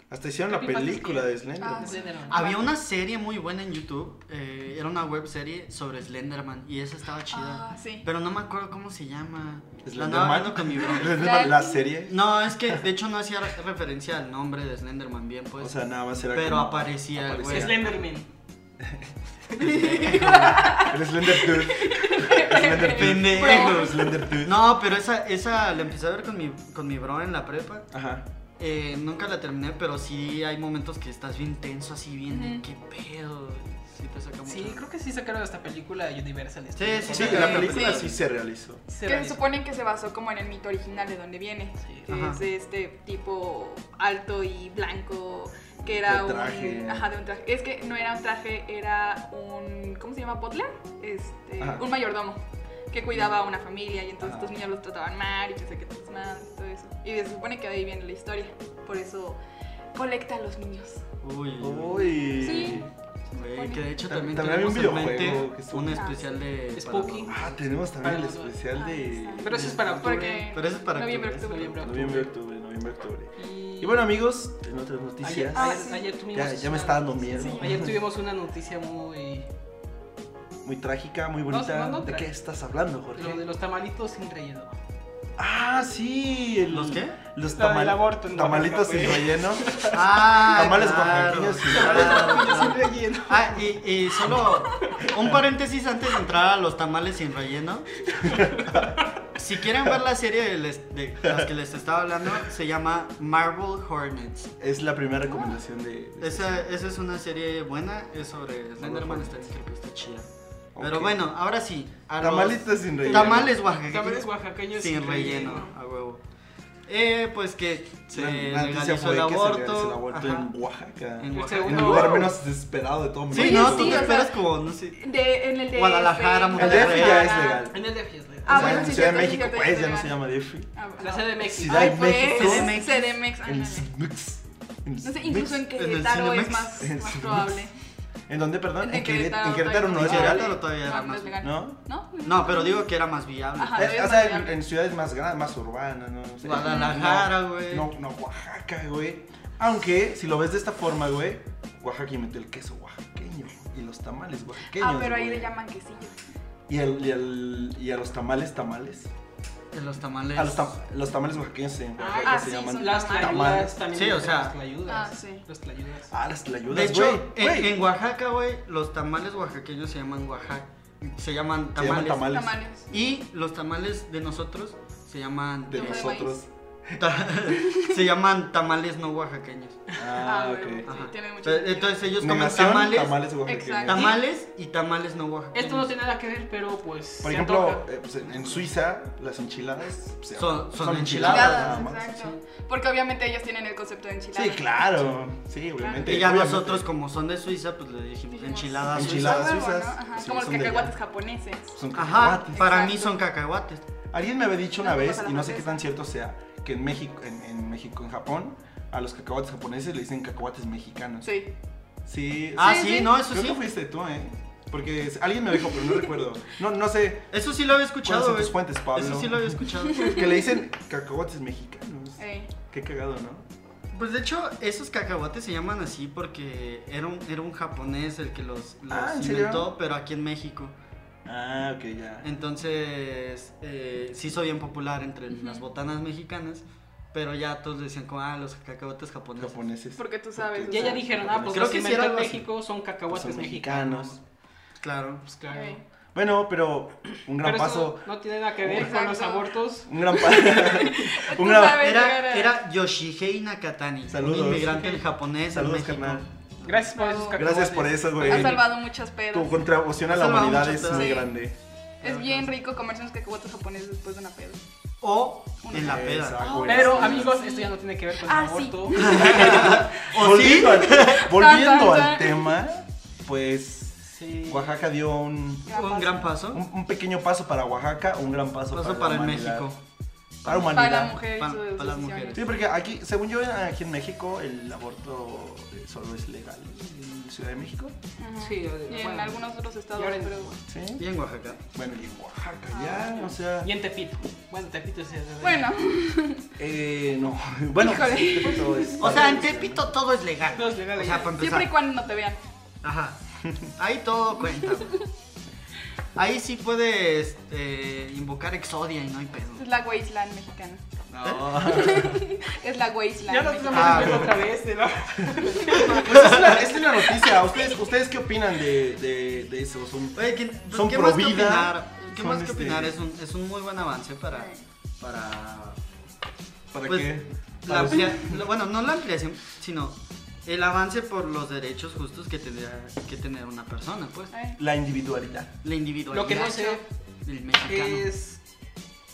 Speaker 1: Hasta hicieron la película de Slenderman.
Speaker 4: Ah, sí.
Speaker 3: Slenderman.
Speaker 2: Había una serie muy buena en YouTube. eh, era una web serie sobre Slenderman. Y esa estaba chida.
Speaker 4: Ah,
Speaker 2: *laughs*
Speaker 4: sí. *laughs*
Speaker 2: Pero no me acuerdo cómo se llama. La andaba
Speaker 1: Slenderman.
Speaker 2: viendo con mi bro.
Speaker 1: *laughs* Slenderman, La serie.
Speaker 2: No, es que de hecho no hacía re- referencia al nombre de Slenderman bien, pues.
Speaker 1: O sea, nada más era.
Speaker 2: Pero
Speaker 1: como-
Speaker 2: aparecía el güey.
Speaker 3: Slenderman.
Speaker 1: *laughs* El Slender Dude. *laughs* El Slender Dude.
Speaker 2: Pendejos.
Speaker 1: El Slender Dude.
Speaker 2: No, pero esa, esa la empecé a ver con mi, con mi bro en la prepa.
Speaker 1: Ajá.
Speaker 2: Eh, nunca la terminé, pero sí hay momentos que estás bien tenso, así bien de
Speaker 4: Ujú.
Speaker 2: qué pedo. Sí, te saca mucho.
Speaker 3: Sí, creo que sí sacaron esta película de Universal.
Speaker 2: Sí, sí,
Speaker 1: Sí,
Speaker 2: sí.
Speaker 1: la película sí se realizó.
Speaker 3: Se
Speaker 4: Que se
Speaker 3: realizó.
Speaker 4: supone que se basó como en el mito original de donde viene.
Speaker 3: Sí.
Speaker 4: Que
Speaker 2: Ajá.
Speaker 4: es de este tipo alto y blanco. Que era
Speaker 1: De traje.
Speaker 4: un. Ajá, de un traje. Es que no era un traje, era un. ¿Cómo se llama? ¿Butler? Este,
Speaker 1: Ajá. Mm.
Speaker 4: un mayordomo. Que cuidaba a una familia y entonces
Speaker 1: Ah.
Speaker 4: estos niños los trataban mal y que sé qué tantas madres y todo eso. Y se supone que de ahí viene la historia. Por eso colecta a los niños.
Speaker 1: Ah,
Speaker 2: Uy,
Speaker 1: Uy.
Speaker 4: Sí.
Speaker 2: güey, que de hecho también,
Speaker 1: También- también había
Speaker 2: tenemos
Speaker 1: un
Speaker 2: en
Speaker 1: videojuego que
Speaker 2: mente
Speaker 1: estuvo-
Speaker 2: un especial de
Speaker 3: Spooky.
Speaker 2: Paranormal.
Speaker 1: Ah, tenemos también el
Speaker 3: Para-
Speaker 1: especial de.
Speaker 4: Ah,
Speaker 3: Pero eso es para octubre.
Speaker 4: Porque
Speaker 2: Pero eso es para
Speaker 4: noviembre,
Speaker 2: octubre,
Speaker 4: octubre.
Speaker 1: este-
Speaker 3: noviembre.
Speaker 1: Noviembre, octubre, noviembre, octubre.
Speaker 3: Y,
Speaker 1: Y bueno, amigos, en otras noticias.
Speaker 3: ayer,
Speaker 4: Ah,
Speaker 3: ayer-
Speaker 4: sí.
Speaker 3: ayer tuvimos.
Speaker 1: Ya, ya
Speaker 3: una-
Speaker 1: me está dando miedo.
Speaker 4: Sí.
Speaker 3: Ayer tuvimos una noticia muy.
Speaker 1: Muy trágica, muy
Speaker 3: no,
Speaker 1: bonita.
Speaker 3: no, no,
Speaker 1: ¿De
Speaker 3: tra-
Speaker 1: qué estás hablando,
Speaker 3: Lo de
Speaker 1: Jorge?
Speaker 3: los tamalitos sin relleno.
Speaker 1: Ah, sí. el- *laughs*
Speaker 2: ¿Los qué?
Speaker 1: Los
Speaker 3: La del
Speaker 1: tamal-
Speaker 3: aborto en
Speaker 1: tamalitos sin
Speaker 3: Oaxaca, *laughs*
Speaker 1: relleno.
Speaker 2: Ah,
Speaker 1: Tamales con
Speaker 2: claro,
Speaker 1: pepinillos
Speaker 2: *laughs*
Speaker 1: y-
Speaker 2: claro, claro.
Speaker 3: relleno.
Speaker 2: Ah, y, y solo un paréntesis antes de entrar a los tamales
Speaker 1: *laughs*
Speaker 2: sin relleno. Si quieren ver la serie de, les- de las que les estaba hablando, se llama Marvel Hornets.
Speaker 1: Es la primera recomendación de. de- este-
Speaker 2: Esa, esa es una serie buena, es sobre Slenderman, está, creo que está chida. Pero
Speaker 1: Ok.
Speaker 2: bueno, ahora sí. a los-
Speaker 1: Tamalitos sin relleno.
Speaker 2: Tamales oaxaqueños.
Speaker 3: Tamales oaxaqueños
Speaker 2: sin relleno, a huevo. eh, pues que se
Speaker 1: antes se
Speaker 2: legalizó
Speaker 1: fue
Speaker 2: el
Speaker 1: que se realizó el
Speaker 2: aborto.
Speaker 1: aborto
Speaker 2: ajá.
Speaker 1: en Oaxaca.
Speaker 2: En
Speaker 1: En,
Speaker 3: El
Speaker 2: Oaxaca.
Speaker 1: el
Speaker 3: segundo-
Speaker 1: lugar menos desesperado de todo
Speaker 2: Sí,
Speaker 1: México.
Speaker 2: no, tú
Speaker 4: sí,
Speaker 2: te
Speaker 4: o sea,
Speaker 2: esperas como, no sé.
Speaker 4: De, en el DF.
Speaker 2: Guadalajara,
Speaker 4: en
Speaker 1: El DF ya es
Speaker 4: Guadalajara.
Speaker 1: legal.
Speaker 3: En el DF es legal.
Speaker 4: Ah,
Speaker 1: O sea,
Speaker 4: bueno,
Speaker 1: en
Speaker 4: sí,
Speaker 1: Ciudad de
Speaker 4: cierto, sí,
Speaker 1: México,
Speaker 4: cierto,
Speaker 1: pues,
Speaker 4: sí,
Speaker 1: ya no
Speaker 4: sí,
Speaker 1: se llama DF.
Speaker 4: Ah, bueno.
Speaker 3: La sede de México.
Speaker 1: Ciudad
Speaker 4: Ay,
Speaker 1: de
Speaker 4: pues,
Speaker 1: México.
Speaker 4: CDMX,
Speaker 1: En
Speaker 4: ándale.
Speaker 1: Mix.
Speaker 4: No sé, incluso en
Speaker 1: Mix.
Speaker 2: el
Speaker 4: Querétaro es
Speaker 2: Cinemex.
Speaker 4: más,
Speaker 1: En
Speaker 4: más
Speaker 1: Cinemex.
Speaker 4: probable.
Speaker 1: ¿En dónde, perdón?
Speaker 4: En
Speaker 1: En Querétaro,
Speaker 4: Querétaro
Speaker 1: en Querétaro no es
Speaker 2: todavía
Speaker 1: legal.
Speaker 2: no. Querétaro todavía era
Speaker 4: No,
Speaker 2: más
Speaker 4: es legal.
Speaker 1: ¿No?
Speaker 4: ¿No?
Speaker 2: No, pero digo que era más viable.
Speaker 4: Ajá. Ah,
Speaker 1: Eh,
Speaker 4: es
Speaker 1: o sea, en,
Speaker 4: variable.
Speaker 1: en ciudades más grandes, más urbanas, ¿no? O sea,
Speaker 2: Guadalajara,
Speaker 1: no-
Speaker 2: güey.
Speaker 1: No, no, Oaxaca, güey. Aunque, si lo ves de esta forma, güey, Oaxaca inventó el queso oaxaqueño y los tamales oaxaqueños.
Speaker 4: Ah, pero ahí
Speaker 1: güey.
Speaker 4: le llaman quesillo.
Speaker 1: Y, el- y, el- y a los tamales, tamales.
Speaker 2: De los tamales.
Speaker 1: A los, tam- los tamales oaxaqueños en Oaxaca
Speaker 4: Ah,
Speaker 1: se
Speaker 4: sí,
Speaker 1: llaman
Speaker 4: son
Speaker 3: pues, Las
Speaker 1: tamales.
Speaker 3: tlayudas también.
Speaker 2: Sí, o sea.
Speaker 3: Las tlayudas.
Speaker 4: Ah, sí.
Speaker 3: Las tlayudas.
Speaker 1: Ah, las tlayudas,
Speaker 2: De hecho,
Speaker 1: güey,
Speaker 2: en,
Speaker 1: güey.
Speaker 2: en Oaxaca, güey, los tamales oaxaqueños se llaman Oaxaca. Se llaman
Speaker 1: Se llaman
Speaker 2: tamales.
Speaker 1: tamales.
Speaker 4: Tamales.
Speaker 1: Ah,
Speaker 2: Y los tamales de nosotros se llaman.
Speaker 1: De
Speaker 4: Yo soy
Speaker 1: nosotros.
Speaker 2: ta- *laughs* se llaman tamales no oaxaqueños.
Speaker 1: Ah,
Speaker 4: bueno,
Speaker 1: ok.
Speaker 4: sí,
Speaker 2: Ajá.
Speaker 4: tiene mucho
Speaker 2: Entonces,
Speaker 4: sentido.
Speaker 2: entonces ellos comen
Speaker 1: Negación,
Speaker 2: tamales, tamales,
Speaker 1: tamales oaxaqueños.
Speaker 4: Exacto.
Speaker 2: y tamales no oaxaqueños.
Speaker 3: Esto no tiene nada que ver, pero pues.
Speaker 1: Por
Speaker 3: se
Speaker 1: ejemplo,
Speaker 3: antoja.
Speaker 1: eh, pues, en en Suiza, las enchiladas pues, se-
Speaker 2: Son- son
Speaker 1: nada
Speaker 4: Enchiladas,
Speaker 1: más.
Speaker 4: exacto. Porque obviamente ellos tienen el concepto de enchiladas.
Speaker 1: Sí, claro. Sí, obviamente.
Speaker 2: Y ya
Speaker 1: obviamente.
Speaker 2: nosotros, como son de Suiza, pues le dijimos
Speaker 4: Dijimos,
Speaker 2: enchiladas
Speaker 1: Enchiladas.
Speaker 2: suizas.
Speaker 4: Ah, bueno,
Speaker 1: suizas,
Speaker 4: Ajá,
Speaker 1: sí,
Speaker 4: como los
Speaker 1: son de allá.
Speaker 4: cacahuates japoneses.
Speaker 1: Son
Speaker 2: Ajá,
Speaker 1: cacahuates.
Speaker 2: para
Speaker 4: Exacto.
Speaker 2: mí son cacahuates.
Speaker 1: Alguien me había dicho una
Speaker 4: No,
Speaker 1: vez,
Speaker 4: pasa la
Speaker 1: y no sé
Speaker 4: francesa.
Speaker 1: qué tan cierto sea, que en México, en, en México, en Japón, a los cacahuates japoneses le dicen cacahuates mexicanos.
Speaker 4: Sí.
Speaker 1: Sí.
Speaker 2: Ah,
Speaker 4: Sí,
Speaker 2: sí,
Speaker 4: sí.
Speaker 2: no, eso
Speaker 1: Creo
Speaker 2: sí.
Speaker 1: que fuiste tú, ¿eh? Porque es- alguien me dijo, pero no recuerdo. No, no sé
Speaker 2: Eso sí lo había
Speaker 1: cuáles
Speaker 2: escuchado,
Speaker 1: son
Speaker 2: güey.
Speaker 1: tus fuentes, Pablo.
Speaker 2: Eso sí lo había escuchado. *laughs*
Speaker 1: Que le dicen cacahuates mexicanos.
Speaker 4: Ey.
Speaker 1: Qué cagado, ¿no?
Speaker 2: Pues de hecho, esos cacahuates se llaman así porque era un, era un japonés el que los, los
Speaker 1: Ah, ¿en serio?
Speaker 2: inventó, pero aquí en México.
Speaker 1: Ah, ok, ya.
Speaker 2: Entonces, eh, se hizo bien popular entre
Speaker 4: Ujú.
Speaker 2: las botanas mexicanas, pero ya todos decían como, ah, los cacahuates japoneses.
Speaker 1: Japoneses. pues,
Speaker 4: Porque tú sabes.
Speaker 1: Porque-
Speaker 4: o
Speaker 3: Ya ya
Speaker 4: sea,
Speaker 3: dijeron, ah, pues
Speaker 2: Creo
Speaker 3: los
Speaker 2: que sí
Speaker 3: inventan
Speaker 2: era algo
Speaker 3: en
Speaker 2: así.
Speaker 3: México son
Speaker 1: Pues
Speaker 3: cacahuates
Speaker 1: son
Speaker 3: mexicanos.
Speaker 1: mexicanos.
Speaker 2: Claro.
Speaker 3: Pues claro.
Speaker 4: ey.
Speaker 1: Bueno, pero un gran
Speaker 3: Pero
Speaker 1: paso.
Speaker 3: eso no tiene nada que ver con los
Speaker 4: Exacto.
Speaker 3: abortos.
Speaker 1: Un gran paso.
Speaker 4: *laughs* Tú
Speaker 1: un gran
Speaker 4: sabes llegar
Speaker 2: Era,
Speaker 4: a-
Speaker 2: era Yoshihei Nakatani,
Speaker 1: Saludos.
Speaker 2: un inmigrante
Speaker 1: *laughs*
Speaker 2: japonés
Speaker 1: Saludos,
Speaker 2: en México.
Speaker 1: carnal.
Speaker 3: Gracias por esos
Speaker 4: Gracias
Speaker 3: cacahuates.
Speaker 1: Gracias por eso, güey.
Speaker 4: Ha salvado muchas pedas.
Speaker 1: Tu contribución a
Speaker 2: Ha
Speaker 1: la
Speaker 2: salvado
Speaker 1: humanidad
Speaker 2: muchas
Speaker 1: es
Speaker 2: vidas.
Speaker 1: muy
Speaker 4: Sí.
Speaker 1: grande.
Speaker 4: Es bien rico comerse unos cacahuates japoneses después de una peda.
Speaker 2: O en la peda.
Speaker 1: Exacto, güey.
Speaker 3: Pero
Speaker 1: Sí. *laughs*
Speaker 3: amigos, esto ya no tiene que ver con el
Speaker 4: Ah, sí.
Speaker 3: aborto.
Speaker 1: volviendo, al, *laughs* volviendo
Speaker 4: Tan, tan,
Speaker 1: al
Speaker 4: tan.
Speaker 1: tema, pues
Speaker 3: Sí.
Speaker 1: Oaxaca dio un,
Speaker 2: Un gran paso.
Speaker 1: un, un pequeño paso para Oaxaca, un gran paso,
Speaker 2: paso
Speaker 1: para,
Speaker 2: para
Speaker 1: la
Speaker 2: el
Speaker 1: humanidad.
Speaker 2: México.
Speaker 1: Para humanidad.
Speaker 4: Para la mujer y
Speaker 2: Pa-
Speaker 4: sus
Speaker 2: para las
Speaker 4: decisiones.
Speaker 2: mujeres.
Speaker 1: Sí, porque aquí, según yo, aquí en México el aborto eh, solo es legal. En Ciudad de México.
Speaker 4: Ajá.
Speaker 3: Sí,
Speaker 4: Y en
Speaker 3: bueno.
Speaker 4: algunos otros estados,
Speaker 3: Y ahora en-
Speaker 4: pero...
Speaker 1: Sí.
Speaker 2: Y en Oaxaca.
Speaker 1: Bueno, y en Oaxaca ya, o sea.
Speaker 3: Y en Tepito. Bueno, Tepito sí es de-
Speaker 4: Bueno,
Speaker 1: Eh, no. *laughs* Bueno,
Speaker 4: Híjole.
Speaker 1: Tepito es-
Speaker 2: O sea, en Tepito todo es legal.
Speaker 3: Todo es legal
Speaker 2: O sea,
Speaker 3: allá.
Speaker 2: para empezar.
Speaker 4: siempre y cuando no te vean.
Speaker 2: Ajá. Ahí todo cuenta. güey. Ahí sí puedes este, invocar Exodia y no hay pedo.
Speaker 4: Es la wasteland mexicana.
Speaker 1: No.
Speaker 4: Es la wasteland
Speaker 3: Ya nos
Speaker 4: mexicana.
Speaker 3: estamos
Speaker 2: Ah,
Speaker 3: viendo
Speaker 2: bueno.
Speaker 3: otra vez, ¿no?
Speaker 1: Pues es la, es la noticia. ¿Ustedes, ¿Ustedes qué opinan de, de, de eso? Son-
Speaker 2: Oye, ¿qué, pues,
Speaker 1: Son
Speaker 2: ¿qué
Speaker 1: pro
Speaker 2: más
Speaker 1: vida,
Speaker 2: que opinar? ¿Qué
Speaker 1: son
Speaker 2: más que
Speaker 1: este-
Speaker 2: opinar? Es un, es un muy buen avance para.
Speaker 4: Sí.
Speaker 2: para
Speaker 1: ¿Para
Speaker 2: Pues,
Speaker 1: qué?
Speaker 2: la
Speaker 1: Para-
Speaker 2: amplia- lo- bueno, no la ampliación, sino el avance por los derechos justos que tendría que tener una persona, pues.
Speaker 4: Ay,
Speaker 1: La individualidad.
Speaker 2: La individualidad
Speaker 3: Lo que no sé
Speaker 2: del mexicano.
Speaker 3: es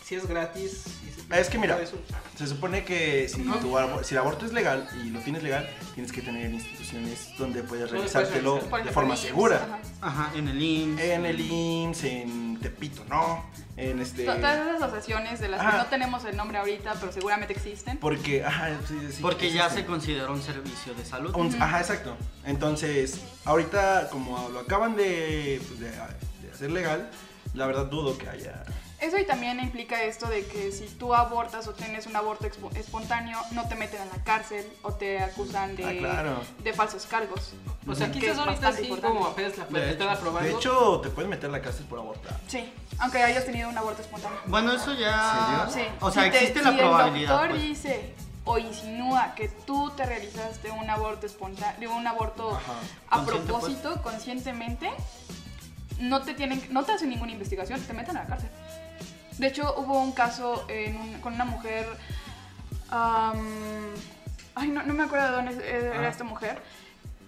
Speaker 3: si es gratis. si se-
Speaker 1: Es que mira,
Speaker 3: todo eso.
Speaker 1: Se supone que si, tu abo- si el aborto es legal y lo tienes legal, tienes que tener instituciones donde puedas
Speaker 3: Donde puedes
Speaker 1: realizártelo
Speaker 3: realizar.
Speaker 4: por
Speaker 1: de
Speaker 4: ejemplo,
Speaker 1: forma
Speaker 4: mi-
Speaker 1: segura.
Speaker 4: ajá.
Speaker 2: Ajá, en el IMSS.
Speaker 1: En el IMSS, en Tepito, ¿no? En este...
Speaker 4: To- Todas esas asociaciones de las
Speaker 3: Ah.
Speaker 1: Ajá.
Speaker 4: que no tenemos el nombre ahorita, pero seguramente existen.
Speaker 1: Porque, ajá, sí, sí,
Speaker 2: Porque ya se
Speaker 1: existen.
Speaker 2: considera un servicio de salud.
Speaker 1: Un- Ajá, exacto. Entonces, ahorita como lo acaban de, pues, de- de hacer legal, la verdad dudo que haya...
Speaker 4: Eso y también implica esto de que si tú abortas o tienes un aborto expo- espontáneo, no te meten a la cárcel o te acusan de,
Speaker 1: Ah, claro.
Speaker 4: de falsos cargos.
Speaker 3: O sea,
Speaker 4: que
Speaker 3: quizás
Speaker 4: es
Speaker 3: ahorita
Speaker 4: bastante
Speaker 3: sí,
Speaker 4: importante.
Speaker 3: como apenas la pueden
Speaker 2: De
Speaker 3: estar
Speaker 2: hecho-
Speaker 1: De
Speaker 3: aprobando.
Speaker 1: hecho, te pueden meter a la cárcel por abortar.
Speaker 4: Sí, aunque hayas tenido un aborto espontáneo.
Speaker 2: Bueno, eso ya.
Speaker 1: ¿En
Speaker 4: Sí.
Speaker 2: O sea,
Speaker 4: Si te-
Speaker 2: existe la
Speaker 4: si
Speaker 2: probabilidad.
Speaker 4: El doctor
Speaker 2: pues.
Speaker 4: dice o insinúa que tú te realizaste un aborto espontáneo, un aborto
Speaker 1: Ajá.
Speaker 4: a
Speaker 2: Consciente, pues.
Speaker 4: propósito, conscientemente, no te tienen, no te hacen ninguna investigación, te meten a la cárcel. De hecho, hubo un caso en un- con una mujer. am, ay, no, no me acuerdo de dónde es- eh, era
Speaker 1: Ah.
Speaker 4: esta mujer.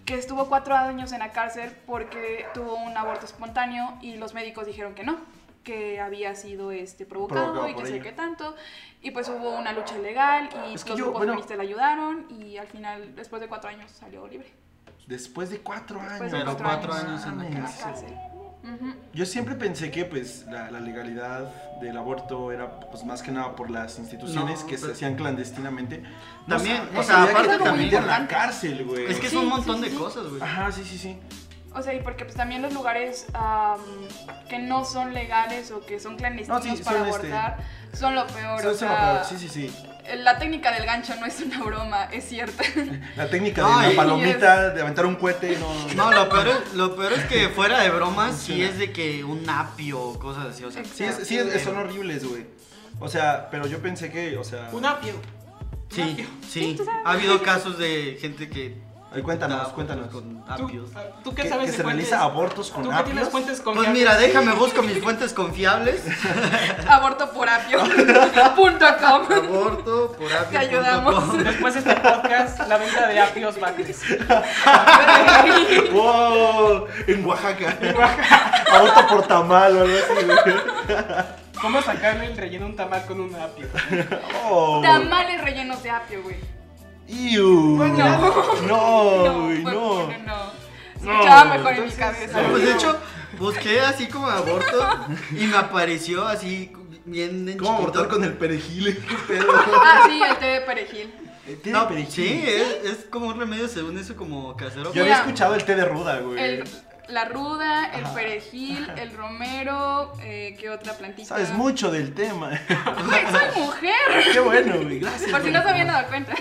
Speaker 4: Que estuvo cuatro años en la cárcel porque tuvo un aborto espontáneo y los médicos dijeron que no, que había sido este, provocado
Speaker 1: Provocado
Speaker 4: y que
Speaker 1: por
Speaker 4: sé
Speaker 1: ella.
Speaker 4: qué tanto. Y pues hubo una lucha legal y
Speaker 1: Es que
Speaker 4: los
Speaker 1: yo,
Speaker 4: grupos
Speaker 1: bueno-
Speaker 4: feministas la ayudaron y al final, después de cuatro años, salió libre.
Speaker 1: Después de cuatro años.
Speaker 4: Después de cuatro Cuatro
Speaker 2: años. años en la
Speaker 1: Mames.
Speaker 4: La
Speaker 2: Sí.
Speaker 4: cárcel. Ujú.
Speaker 1: Yo siempre pensé que pues la, la legalidad del aborto era pues más que nada por las instituciones
Speaker 2: No,
Speaker 1: que se
Speaker 2: pero-
Speaker 1: hacían clandestinamente.
Speaker 2: También,
Speaker 1: sa-
Speaker 2: o sea,
Speaker 1: sabía que
Speaker 2: aparte
Speaker 1: era como
Speaker 2: también-
Speaker 1: ir por la cárcel, güey.
Speaker 2: Es que es
Speaker 4: Sí,
Speaker 2: un montón
Speaker 4: sí,
Speaker 2: de
Speaker 4: sí.
Speaker 2: cosas, güey.
Speaker 1: Ajá, sí, sí, sí.
Speaker 4: O sea, y porque pues también los lugares am, que no son legales o que son clandestinos
Speaker 1: No, sí,
Speaker 4: para
Speaker 1: son, este,
Speaker 4: abortar son lo peor.
Speaker 1: Eso
Speaker 4: o
Speaker 1: es lo
Speaker 4: sea, eh,
Speaker 1: peor. Sí, sí, sí.
Speaker 4: La técnica del gancho no es una broma, es
Speaker 1: *laughs*
Speaker 4: cierta.
Speaker 1: La técnica
Speaker 2: No,
Speaker 1: de
Speaker 2: y-
Speaker 1: la palomita, de aventar un cohete, no.
Speaker 2: No, lo peor, es, lo peor es que fuera de bromas, sí
Speaker 1: Funciona.
Speaker 2: es de que un apio o cosas así, o sea.
Speaker 1: Sí, es- sí es- son horribles, güey. O sea, pero yo pensé que, o sea.
Speaker 3: Un apio.
Speaker 2: Sí,
Speaker 4: Sí,
Speaker 2: sí.
Speaker 4: tú sabes.
Speaker 2: Ha habido casos de gente que.
Speaker 1: Ay, cuéntanos,
Speaker 2: da-
Speaker 1: cuéntanos.
Speaker 2: Con
Speaker 3: ¿Tú, ah,
Speaker 2: apios.
Speaker 3: tú qué
Speaker 1: que,
Speaker 3: sabes
Speaker 1: que
Speaker 3: de
Speaker 1: se
Speaker 3: fuentes?
Speaker 1: realiza abortos con
Speaker 3: ¿Tú qué
Speaker 1: apios.
Speaker 3: tienes fuentes con
Speaker 2: Pues mira, déjame busco mis fuentes confiables.
Speaker 4: *laughs* Aborto por
Speaker 1: *laughs*
Speaker 4: apio. Punto com.
Speaker 2: Aborto por apio.
Speaker 4: Te ayudamos.
Speaker 3: Después de este podcast, la venta de apios va a crecer.
Speaker 4: *laughs*
Speaker 1: *laughs* ¡Wow! En Oaxaca. Aborto por tamal o algo así, güey.
Speaker 3: *laughs* ¿Cómo sacarle el relleno a un tamal con un apio?
Speaker 1: Oh.
Speaker 4: Tamales rellenos de apio, güey.
Speaker 1: Iu.
Speaker 4: Bueno.
Speaker 3: *laughs*
Speaker 1: no, güey,
Speaker 4: fue-
Speaker 1: no.
Speaker 4: no, no. Se escuchaba
Speaker 1: No,
Speaker 4: mejor
Speaker 1: entonces,
Speaker 4: en mi cabeza.
Speaker 2: Pues de hecho, busqué así como aborto y me apareció así bien en
Speaker 1: ¿Cómo abortar
Speaker 2: chiquito.
Speaker 1: con el
Speaker 2: *laughs*
Speaker 1: perejil? ¿Qué pedo?
Speaker 4: Ah, sí, el té de perejil.
Speaker 1: Eh, ¿Tiene
Speaker 2: No,
Speaker 1: perejil?
Speaker 2: sí, es, es como un remedio según eso como casero.
Speaker 1: Yo
Speaker 4: Mira.
Speaker 1: había escuchado el té de ruda, güey.
Speaker 4: El- la ruda, el
Speaker 1: Ajá.
Speaker 4: perejil, el romero, eh, ¿qué otra plantita?
Speaker 1: Sabes mucho del tema.
Speaker 4: Güey,
Speaker 1: *laughs*
Speaker 4: soy mujer.
Speaker 1: Qué bueno, güey. Gracias.
Speaker 4: Por si
Speaker 1: güey.
Speaker 4: no se habían
Speaker 1: *laughs*
Speaker 4: dado cuenta.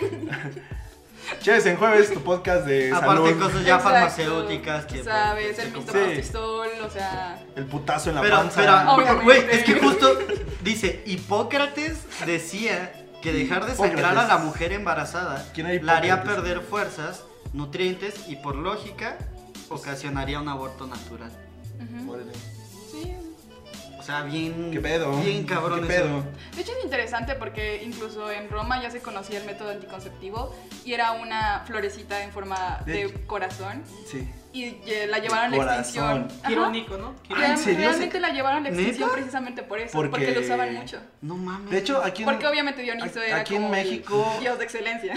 Speaker 1: Cheves en jueves, tu podcast de
Speaker 2: Aparte
Speaker 1: salud.
Speaker 2: cosas ya
Speaker 4: Exacto.
Speaker 2: farmacéuticas
Speaker 1: pues,
Speaker 2: que pues,
Speaker 4: Sabes,
Speaker 2: que
Speaker 4: el
Speaker 2: como-
Speaker 1: Sí.
Speaker 4: mistoprostol, o sea.
Speaker 1: El putazo en la
Speaker 2: Pero, ah.
Speaker 1: panza.
Speaker 2: pero,
Speaker 4: Obviamente.
Speaker 2: güey, es que justo dice, Hipócrates decía que dejar de sangrar a
Speaker 1: Hipócrates.
Speaker 2: la mujer embarazada
Speaker 1: ¿Quién era
Speaker 2: la haría
Speaker 1: Hipócrates?
Speaker 2: perder fuerzas, nutrientes y por lógica ocasionaría un aborto natural.
Speaker 4: ujú,
Speaker 1: Órale.
Speaker 4: Sí.
Speaker 2: O sea, bien...
Speaker 1: ¿Qué pedo?
Speaker 2: Bien cabrón
Speaker 1: ¿Qué
Speaker 2: eso.
Speaker 1: pedo?
Speaker 4: De hecho es interesante porque incluso en Roma ya se conocía el método anticonceptivo y era una florecita en forma
Speaker 1: De
Speaker 4: de corazón
Speaker 1: Sí.
Speaker 4: y ye- la llevaron a la
Speaker 1: Corazón.
Speaker 4: extinción. Ajá.
Speaker 3: Irónico, ¿no?
Speaker 4: Real-
Speaker 1: Ah, ¿en serio?
Speaker 4: Realmente la llevaron a la extinción
Speaker 2: ¿Neta?
Speaker 4: precisamente por eso,
Speaker 1: Porque-
Speaker 4: porque, lo usaban mucho.
Speaker 2: No mames.
Speaker 1: De hecho, aquí en,
Speaker 4: Porque obviamente Dioniso
Speaker 1: aquí
Speaker 4: era
Speaker 1: en
Speaker 4: como el
Speaker 1: México-
Speaker 4: dios de excelencia.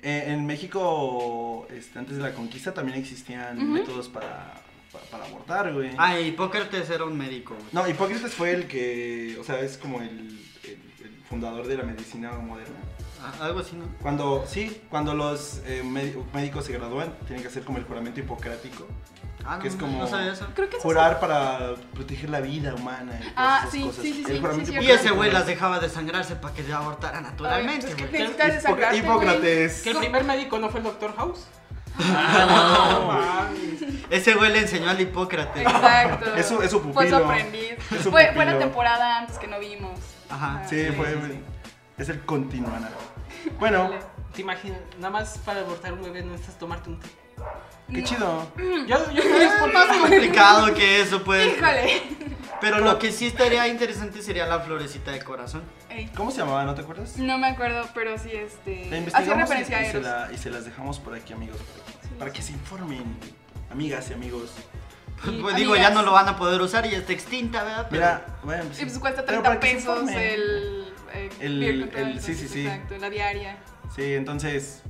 Speaker 1: eh, en México, este, antes de la conquista, también existían
Speaker 4: Ujú.
Speaker 1: métodos para, para, para abortar, güey.
Speaker 2: Ah, Hipócrates era un médico, güey.
Speaker 1: No, Hipócrates fue el que, o sea, es como el, el- el fundador de la medicina moderna.
Speaker 2: Ah, Algo así, ¿no?
Speaker 1: Cuando, sí, cuando los eh, mé- médicos se gradúan, tienen que hacer como el juramento hipocrático.
Speaker 2: Ah,
Speaker 1: Que
Speaker 2: no,
Speaker 1: es como-
Speaker 2: no sabía eso.
Speaker 4: *laughs* Creo que eso
Speaker 1: Jurar para proteger la vida humana. y todas
Speaker 4: Ah,
Speaker 1: esas
Speaker 4: sí,
Speaker 1: cosas.
Speaker 4: sí, sí,
Speaker 1: El
Speaker 4: sí, sí,
Speaker 1: juramento
Speaker 4: sí,
Speaker 2: Y
Speaker 1: hipocrático.
Speaker 2: ese güey las dejaba desangrarse para que abortara naturalmente,
Speaker 4: Obviamente, es pues que
Speaker 2: güey.
Speaker 4: necesitas desangrarte, güey.
Speaker 1: Hipócrates.
Speaker 3: Que el primer médico no fue el Dr. House.
Speaker 1: Ah, no.
Speaker 2: Ese güey le enseñó al Hipócrates.
Speaker 4: Exacto.
Speaker 1: *laughs* Es su- es su
Speaker 4: Fue su
Speaker 1: pupilo.
Speaker 4: aprendiz.
Speaker 1: Es su
Speaker 4: Fue, fue
Speaker 1: pupilo.
Speaker 4: la temporada antes que no vimos.
Speaker 2: Ajá.
Speaker 1: Sí,
Speaker 2: Sí,
Speaker 1: fue.
Speaker 2: sí, sí.
Speaker 1: Es el continuana. Bueno,
Speaker 3: Te imaginas, nada más para abortar un bebé no necesitas tomarte un té.
Speaker 1: qué chido.
Speaker 3: Yo, yo
Speaker 2: Es *laughs* más complicado que eso, pues.
Speaker 4: Híjole.
Speaker 2: Pero lo que sí estaría interesante sería la florecita de corazón.
Speaker 4: Ey,
Speaker 1: ¿Cómo se llamaba? ¿No te acuerdas?
Speaker 4: No me acuerdo, pero sí,
Speaker 1: La
Speaker 4: este. Hacía
Speaker 1: investigamos y,
Speaker 4: referencia a
Speaker 1: y se
Speaker 4: Eros.
Speaker 1: la- y se las dejamos por aquí, amigos. Para que,
Speaker 4: Sí.
Speaker 1: para que se informen, amigas y amigos.
Speaker 2: *laughs* Pues,
Speaker 4: Y
Speaker 2: digo, ya
Speaker 4: amigas.
Speaker 2: no lo van a poder usar y ya está extinta, ¿verdad? Pero-
Speaker 1: Mira, bueno,
Speaker 4: Y pues cuesta
Speaker 1: pero
Speaker 4: 30
Speaker 1: para que se
Speaker 4: pesos
Speaker 1: informen.
Speaker 4: el. eh,
Speaker 1: El-
Speaker 4: beer control,
Speaker 1: el- sí, sí,
Speaker 4: entonces,
Speaker 1: sí.
Speaker 4: Exacto, la diaria.
Speaker 1: Sí, entonces,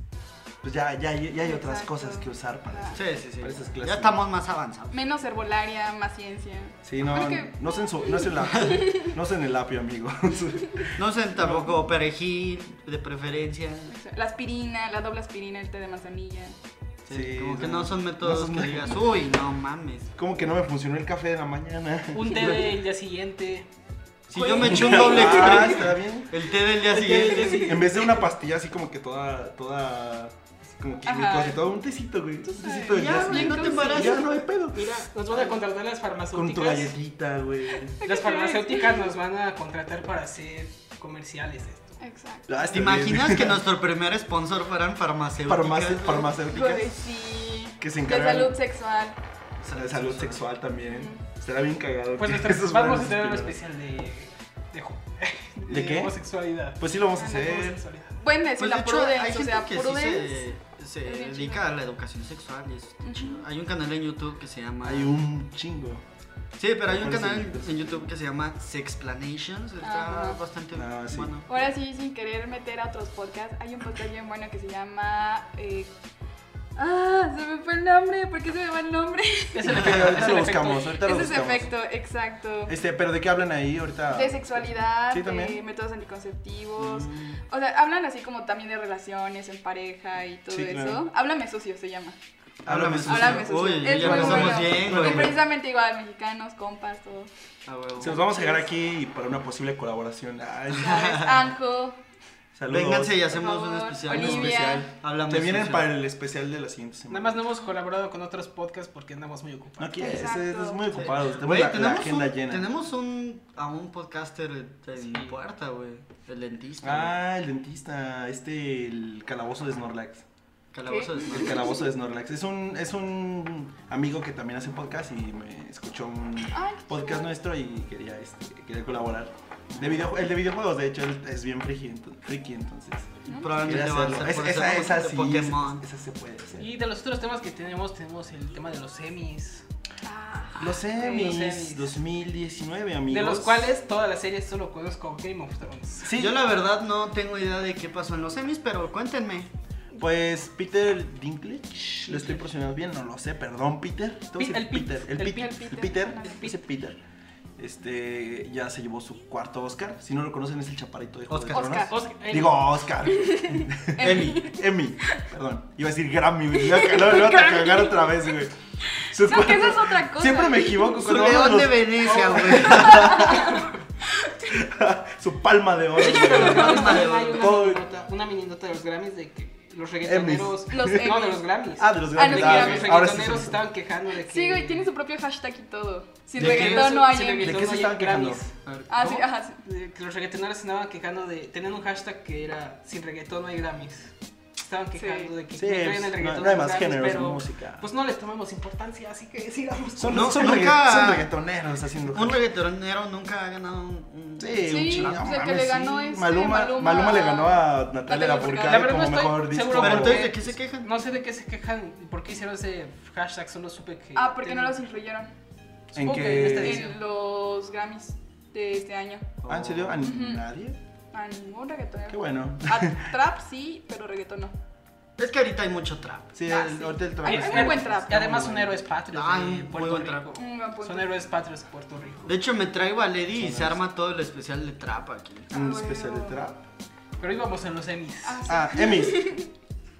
Speaker 1: pues ya, ya, ya hay otras
Speaker 4: Exacto.
Speaker 1: cosas que usar para
Speaker 4: Ah.
Speaker 2: Sí, sí, sí.
Speaker 1: Para esas clases.
Speaker 2: Ya estamos más avanzados.
Speaker 4: Menos herbolaria, más ciencia.
Speaker 1: Sí, no,
Speaker 4: Pero es que-
Speaker 1: no, censu- no es en la,
Speaker 4: *laughs*
Speaker 1: no es en el apio, amigos.
Speaker 2: No sé, tampoco perejil, de preferencia.
Speaker 4: La aspirina, la doble aspirina, el té de manzanilla.
Speaker 2: Sí,
Speaker 1: Sí,
Speaker 2: como que
Speaker 1: no,
Speaker 2: no son
Speaker 1: no
Speaker 2: métodos
Speaker 1: son
Speaker 2: que
Speaker 1: métodos.
Speaker 2: digas, uy, no mames.
Speaker 1: Como que no me funcionó el café de la mañana.
Speaker 3: Un té del día siguiente.
Speaker 2: Si
Speaker 3: Güey.
Speaker 2: yo me eché *laughs* un
Speaker 1: *laughs*
Speaker 2: doble
Speaker 1: Ah,
Speaker 2: expreso,
Speaker 1: está bien.
Speaker 2: el té del día
Speaker 3: El té del día
Speaker 2: siguiente.
Speaker 1: En vez de una pastilla así como que toda, toda, así como químicos
Speaker 4: Ajá.
Speaker 1: y todo, un tecito, güey. Un
Speaker 4: Tú sabes.
Speaker 1: tecito del
Speaker 2: Ya,
Speaker 1: día
Speaker 2: güey,
Speaker 1: siguiente.
Speaker 2: no te
Speaker 1: Y
Speaker 2: embarazas.
Speaker 1: Ya no hay pedo.
Speaker 3: Mira, nos van a contratar las
Speaker 1: Con tu
Speaker 3: farmacéuticas.
Speaker 1: galletita, güey.
Speaker 3: Las farmacéuticas nos van a contratar para hacer comerciales de esto.
Speaker 4: Exacto.
Speaker 1: Ah, está
Speaker 2: ¿Te imaginas
Speaker 1: bien.
Speaker 2: que nuestro primer sponsor fueran farmacéuticas?
Speaker 1: Farmacia-
Speaker 2: güey?
Speaker 1: farmacéuticas?
Speaker 4: Pues sí.
Speaker 1: Que se
Speaker 4: De
Speaker 1: encargan-
Speaker 4: salud sexual.
Speaker 1: De salud sexual también. Será bien cagado. *laughs*
Speaker 3: Pues
Speaker 1: que
Speaker 3: nuestras-
Speaker 1: esos
Speaker 3: vamos a
Speaker 1: buenos
Speaker 3: tener un
Speaker 1: primeros-
Speaker 3: especial de. de, jo-
Speaker 1: ¿De qué?
Speaker 3: Homosexualidad.
Speaker 1: Pues sí lo vamos a
Speaker 4: Ah, no,
Speaker 1: hacer.
Speaker 3: Homosexualidad.
Speaker 4: Pueden decir
Speaker 2: Pues de
Speaker 4: la
Speaker 2: hecho, hay
Speaker 4: prudence, o
Speaker 2: gente
Speaker 4: sea,
Speaker 2: que sí
Speaker 4: prudence.
Speaker 2: se, se
Speaker 4: es bien
Speaker 2: dedica a la educación sexual y eso está chido. Hay un canal en YouTube que se llama
Speaker 1: Hay un chingo.
Speaker 2: Sí, pero hay un
Speaker 1: Ahora sí,
Speaker 2: canal
Speaker 1: pues.
Speaker 2: en YouTube que se llama Sexplanations. Está
Speaker 4: Ajá.
Speaker 2: bastante
Speaker 1: Ah, sí.
Speaker 2: bueno.
Speaker 4: Ahora sí, sin querer meter a otros podcasts, hay un podcast bien bueno que se llama... eh, Ah, se me fue el nombre, ¿por qué se me va el nombre?
Speaker 3: Es el efecto, es
Speaker 1: Ahorita
Speaker 3: el
Speaker 1: lo
Speaker 3: efecto.
Speaker 1: buscamos, ahorita lo
Speaker 4: Ese es
Speaker 1: buscamos.
Speaker 4: efecto, exacto.
Speaker 1: Este, pero ¿de qué hablan ahí ahorita?
Speaker 4: De sexualidad,
Speaker 1: Sí,
Speaker 4: de
Speaker 1: también.
Speaker 4: métodos
Speaker 2: Mm.
Speaker 4: anticonceptivos. O sea, hablan así como también de relaciones en pareja y todo
Speaker 1: Sí,
Speaker 4: eso.
Speaker 1: claro.
Speaker 4: Háblame sucio se llama.
Speaker 1: Háblame sucio.
Speaker 4: Háblame sucio.
Speaker 2: Uy,
Speaker 4: es
Speaker 2: ya
Speaker 4: muy
Speaker 2: empezamos
Speaker 4: bueno.
Speaker 2: bien,
Speaker 4: Y
Speaker 2: güey.
Speaker 4: precisamente igual, mexicanos, compas,
Speaker 2: *laughs*
Speaker 4: todo.
Speaker 2: Ah, huevo.
Speaker 1: Se los vamos a dejar aquí para una posible colaboración. Ay,
Speaker 4: ¿Sabes? Anjo.
Speaker 1: saludos.
Speaker 2: Vénganse y hacemos un
Speaker 4: favor,
Speaker 2: especial.
Speaker 4: Olivia.
Speaker 2: Un especial. Hablamos
Speaker 1: Se vienen
Speaker 2: sucio.
Speaker 1: para el especial de la siguiente semana.
Speaker 3: Nada más no hemos colaborado con otros podcasts porque andamos muy ocupados.
Speaker 1: No quieres,
Speaker 4: Exacto.
Speaker 1: estás muy
Speaker 2: Sí.
Speaker 1: ocupado. Tenemos
Speaker 2: Güey,
Speaker 1: la, la
Speaker 2: tenemos
Speaker 1: agenda
Speaker 2: un-
Speaker 1: llena.
Speaker 2: Tenemos un, a un podcaster en en puerta, güey. El dentista.
Speaker 1: Ah, el dentista, este, el calabozo de Snorlax.
Speaker 2: güey. Calabozo de
Speaker 1: El
Speaker 2: Snorlax.
Speaker 1: calabozo de Snorlax. Es un, es un amigo que también hace podcast y me escuchó un
Speaker 4: Ay,
Speaker 1: podcast nuestro y quería, este, quería colaborar. De videojue- el de videojuegos, de hecho, él es bien friki, ento- friki, entonces.
Speaker 2: Probablemente
Speaker 1: quería
Speaker 2: va a
Speaker 1: hacerlo.
Speaker 2: ser
Speaker 1: Es-
Speaker 2: por
Speaker 1: esa,
Speaker 2: ese
Speaker 1: esa
Speaker 2: de
Speaker 1: sí,
Speaker 2: Pokémon.
Speaker 1: esa, esa se puede hacer.
Speaker 3: Y de los otros temas que tenemos, tenemos el tema de los semis.
Speaker 4: Ah,
Speaker 1: Los Emmys
Speaker 3: Emmys.
Speaker 1: 2019, amigos.
Speaker 3: De los cuales toda la serie solo conozco Game of Thrones.
Speaker 1: Sí,
Speaker 2: Yo la verdad no tengo idea de qué pasó en los semis, pero cuéntenme.
Speaker 1: Pues Peter Dinklage, lo estoy pronunciando bien, no lo sé, perdón Peter. Te voy a
Speaker 3: Pi-
Speaker 1: decir
Speaker 3: el Pit,
Speaker 1: Peter, el,
Speaker 3: el
Speaker 1: Pit-
Speaker 3: Pit,
Speaker 1: el
Speaker 4: el
Speaker 1: Peter,
Speaker 4: Peter.
Speaker 1: ese Peter. Este ya se llevó su cuarto Oscar. Si no lo conocen es el chaparrito de Juego de
Speaker 2: Oscar.
Speaker 1: Tronos.
Speaker 3: Oscar- eh,
Speaker 1: Digo Oscar.
Speaker 4: Emmy.
Speaker 1: Emmy, Emmy. Perdón. Iba a decir Grammy. güey. Lo lo- lo voy a cagar otra vez, güey. *laughs* Su
Speaker 4: No, que
Speaker 1: cuarto-
Speaker 4: esa es otra cosa.
Speaker 1: Siempre me equivoco
Speaker 2: Su
Speaker 1: cuando hablo de
Speaker 2: león de
Speaker 1: los-
Speaker 2: Venecia, güey.
Speaker 1: su palma de oro. *laughs*
Speaker 3: De hecho,
Speaker 1: güey.
Speaker 3: los Grammys también hay una
Speaker 1: Todo-
Speaker 3: mini nota- una mini nota de los Grammys de que los reggaetoneros.
Speaker 4: Los
Speaker 3: no,
Speaker 4: Emmys.
Speaker 3: de los Grammys.
Speaker 1: Ah, de los
Speaker 4: Ah,
Speaker 1: Grammys.
Speaker 4: los
Speaker 1: Ah,
Speaker 3: de que
Speaker 1: ok.
Speaker 4: Grammys.
Speaker 3: los
Speaker 1: Ahora sí.
Speaker 3: reggaetoneros
Speaker 1: sí, sí.
Speaker 3: estaban quejando de que.
Speaker 4: Sí, güey, tiene su propio hashtag y todo. Sin
Speaker 2: ¿De qué?
Speaker 4: reggaetón no hay
Speaker 3: Sin
Speaker 4: Emmy.
Speaker 1: ¿De
Speaker 3: reggaetón
Speaker 1: qué se
Speaker 3: no hay
Speaker 1: estaban quejando?
Speaker 3: Grammys.
Speaker 4: Ah, sí, ajá, sí.
Speaker 3: Eh, que los reggaetoneros andaban quejando de. Tenían un hashtag que era sin reggaetón no hay Grammys. Estaban quejando
Speaker 4: Sí.
Speaker 3: de que
Speaker 1: Sí,
Speaker 3: no traen
Speaker 1: pues,
Speaker 3: el
Speaker 1: no-
Speaker 3: reggaetón.
Speaker 1: no hay
Speaker 3: a
Speaker 1: más
Speaker 3: los Grammys,
Speaker 1: géneros de
Speaker 3: pero,
Speaker 1: música.
Speaker 3: Pues no les tomemos importancia, así que sigamos.
Speaker 1: Son,
Speaker 2: No,
Speaker 1: son,
Speaker 2: nunca-
Speaker 1: regga- son reggaetoneros haciendo
Speaker 2: Un reggaetonero nunca ha ganado un. un-
Speaker 1: Sí,
Speaker 4: Sí,
Speaker 1: un chingo,
Speaker 4: o sea,
Speaker 1: no
Speaker 4: que
Speaker 1: mames,
Speaker 4: le ganó
Speaker 1: sí.
Speaker 4: este,
Speaker 1: Maluma,
Speaker 4: Maluma-
Speaker 1: Maluma le ganó a Natalia
Speaker 4: Natalia
Speaker 3: La
Speaker 1: Lafourcade
Speaker 3: verdad
Speaker 1: como
Speaker 3: no estoy
Speaker 1: mejor disco.
Speaker 3: seguro,
Speaker 2: Pero entonces,
Speaker 3: porque-
Speaker 2: ¿de qué se quejan?
Speaker 3: No sé de qué se quejan y por qué hicieron ese hashtag, solo supe que.
Speaker 4: Ah, porque no los
Speaker 3: tienen-
Speaker 4: incluyeron
Speaker 1: ¿En
Speaker 3: Supongo
Speaker 1: qué?
Speaker 3: que esta edición.
Speaker 4: en los Grammys de este año.
Speaker 1: Ah, ¿en serio? ¿A
Speaker 4: Ujú.
Speaker 1: nadie?
Speaker 4: A ningún reggaetonero.
Speaker 1: Qué bueno.
Speaker 4: A trap sí, pero reggaetón no.
Speaker 2: Es que ahorita hay mucho trap.
Speaker 1: Sí,
Speaker 4: Ah,
Speaker 1: el-
Speaker 4: sí.
Speaker 1: ahorita el
Speaker 3: Ay,
Speaker 1: trabajo
Speaker 4: Ahí-
Speaker 1: está-
Speaker 4: un buen trap.
Speaker 3: Y además son
Speaker 1: muy bueno.
Speaker 3: héroes patrios
Speaker 2: Ah,
Speaker 3: de
Speaker 2: muy
Speaker 3: Puerto
Speaker 2: buen
Speaker 3: Rico.
Speaker 2: trap.
Speaker 4: Un buen punto.
Speaker 3: Son héroes patrios de Puerto Rico.
Speaker 2: De hecho, me traigo a Lady y
Speaker 1: Son
Speaker 2: se arma todo el especial de trap aquí.
Speaker 1: Un
Speaker 4: Ah,
Speaker 1: especial de
Speaker 4: bueno.
Speaker 1: trap.
Speaker 3: Pero íbamos en los Emmys.
Speaker 4: Ah, sí.
Speaker 1: Ah, Emmys.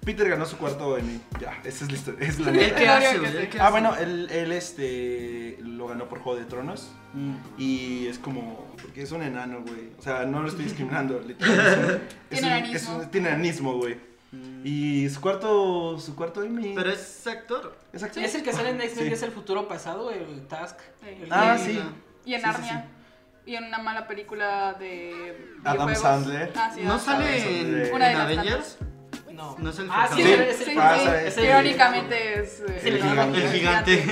Speaker 1: Peter ganó su cuarto Emmy. Ya, esa es la historia. Es la
Speaker 2: ¿El *laughs*
Speaker 1: neta.
Speaker 2: qué hace,
Speaker 4: que
Speaker 2: güey?
Speaker 4: sí.
Speaker 2: ¿El qué
Speaker 1: Ah,
Speaker 2: hace?
Speaker 1: bueno, él, él este, lo ganó por Juego de Tronos.
Speaker 2: Mm.
Speaker 1: Y es como. Porque es un enano, güey. O sea, no lo estoy
Speaker 2: *laughs*
Speaker 1: discriminando. literalmente. Es un- es un- es
Speaker 4: Tiene
Speaker 1: un-
Speaker 4: enanismo.
Speaker 1: Tiene enanismo, güey.
Speaker 2: Mm.
Speaker 1: Y su cuarto. Su cuarto Emmy.
Speaker 2: Pero es actor.
Speaker 1: es actor.
Speaker 3: Es el que sale en Next
Speaker 1: Sí.
Speaker 3: Men, que es el futuro pasado, el Task.
Speaker 4: Sí.
Speaker 3: El
Speaker 1: Ah,
Speaker 3: Next
Speaker 1: sí.
Speaker 3: Men.
Speaker 4: Y en
Speaker 1: Sí, sí,
Speaker 4: Narnia. Y en una mala película de.
Speaker 1: Adam
Speaker 4: videojuegos.
Speaker 1: Sandler.
Speaker 4: Ah, sí,
Speaker 2: ¿No
Speaker 4: Adam Sandler.
Speaker 1: sí,
Speaker 2: sale
Speaker 1: sí.
Speaker 2: en,
Speaker 4: Una de
Speaker 2: en
Speaker 4: las
Speaker 2: Avengers?
Speaker 3: No.
Speaker 2: No es el
Speaker 3: Ah, sí,
Speaker 4: Sí,
Speaker 2: futuro.
Speaker 3: es el- es
Speaker 4: sí,
Speaker 3: el-
Speaker 4: sí.
Speaker 1: pasa,
Speaker 3: es el-
Speaker 4: Irónicamente es. eh,
Speaker 3: El
Speaker 1: gigante.
Speaker 2: El gigante.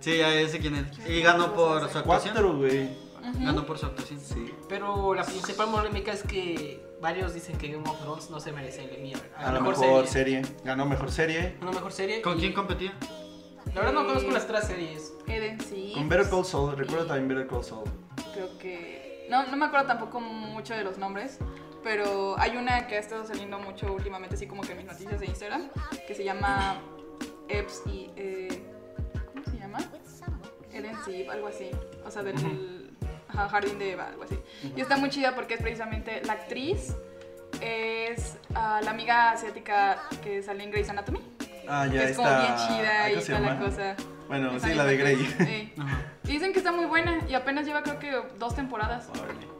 Speaker 2: sí, ya ese quién es. Y ganó por su actuación.
Speaker 1: Cuatro, güey.
Speaker 4: Ujú.
Speaker 2: Ganó por su actuación.
Speaker 1: Sí.
Speaker 3: Pero la principal polémica es que varios dicen que Game of Thrones no se merece el Emmy.
Speaker 1: A lo mejor serie. Ganó mejor serie.
Speaker 3: Una mejor serie.
Speaker 2: ¿Con
Speaker 3: y-
Speaker 2: quién competía?
Speaker 3: La verdad no conozco las otras series.
Speaker 4: Eden sí.
Speaker 1: Con Better Call Saul. Recuerdo también Better Call Saul.
Speaker 4: Creo que. No, no me acuerdo tampoco mucho de los nombres. Pero hay una que ha estado saliendo mucho últimamente, así como que en mis noticias de Instagram. Que se llama. Epps y. eh, ¿Cómo se llama? Eden sí, algo así. O sea, del. ajá, jardín de Eva, algo así. Y está muy chida porque es precisamente la actriz. Es ah, la amiga asiática que sale en Grey's Anatomy.
Speaker 1: Ah,
Speaker 4: que
Speaker 1: ya
Speaker 4: es
Speaker 1: está.
Speaker 4: como bien chida
Speaker 1: ay,
Speaker 4: y
Speaker 1: ¿cómo se
Speaker 4: toda la
Speaker 1: llama?
Speaker 4: cosa.
Speaker 1: Bueno,
Speaker 4: Es
Speaker 1: sí, la de
Speaker 4: animación.
Speaker 1: Grey.
Speaker 4: Ey.
Speaker 2: Ajá.
Speaker 4: Y dicen que está muy buena y apenas lleva creo que dos temporadas.
Speaker 1: Órale.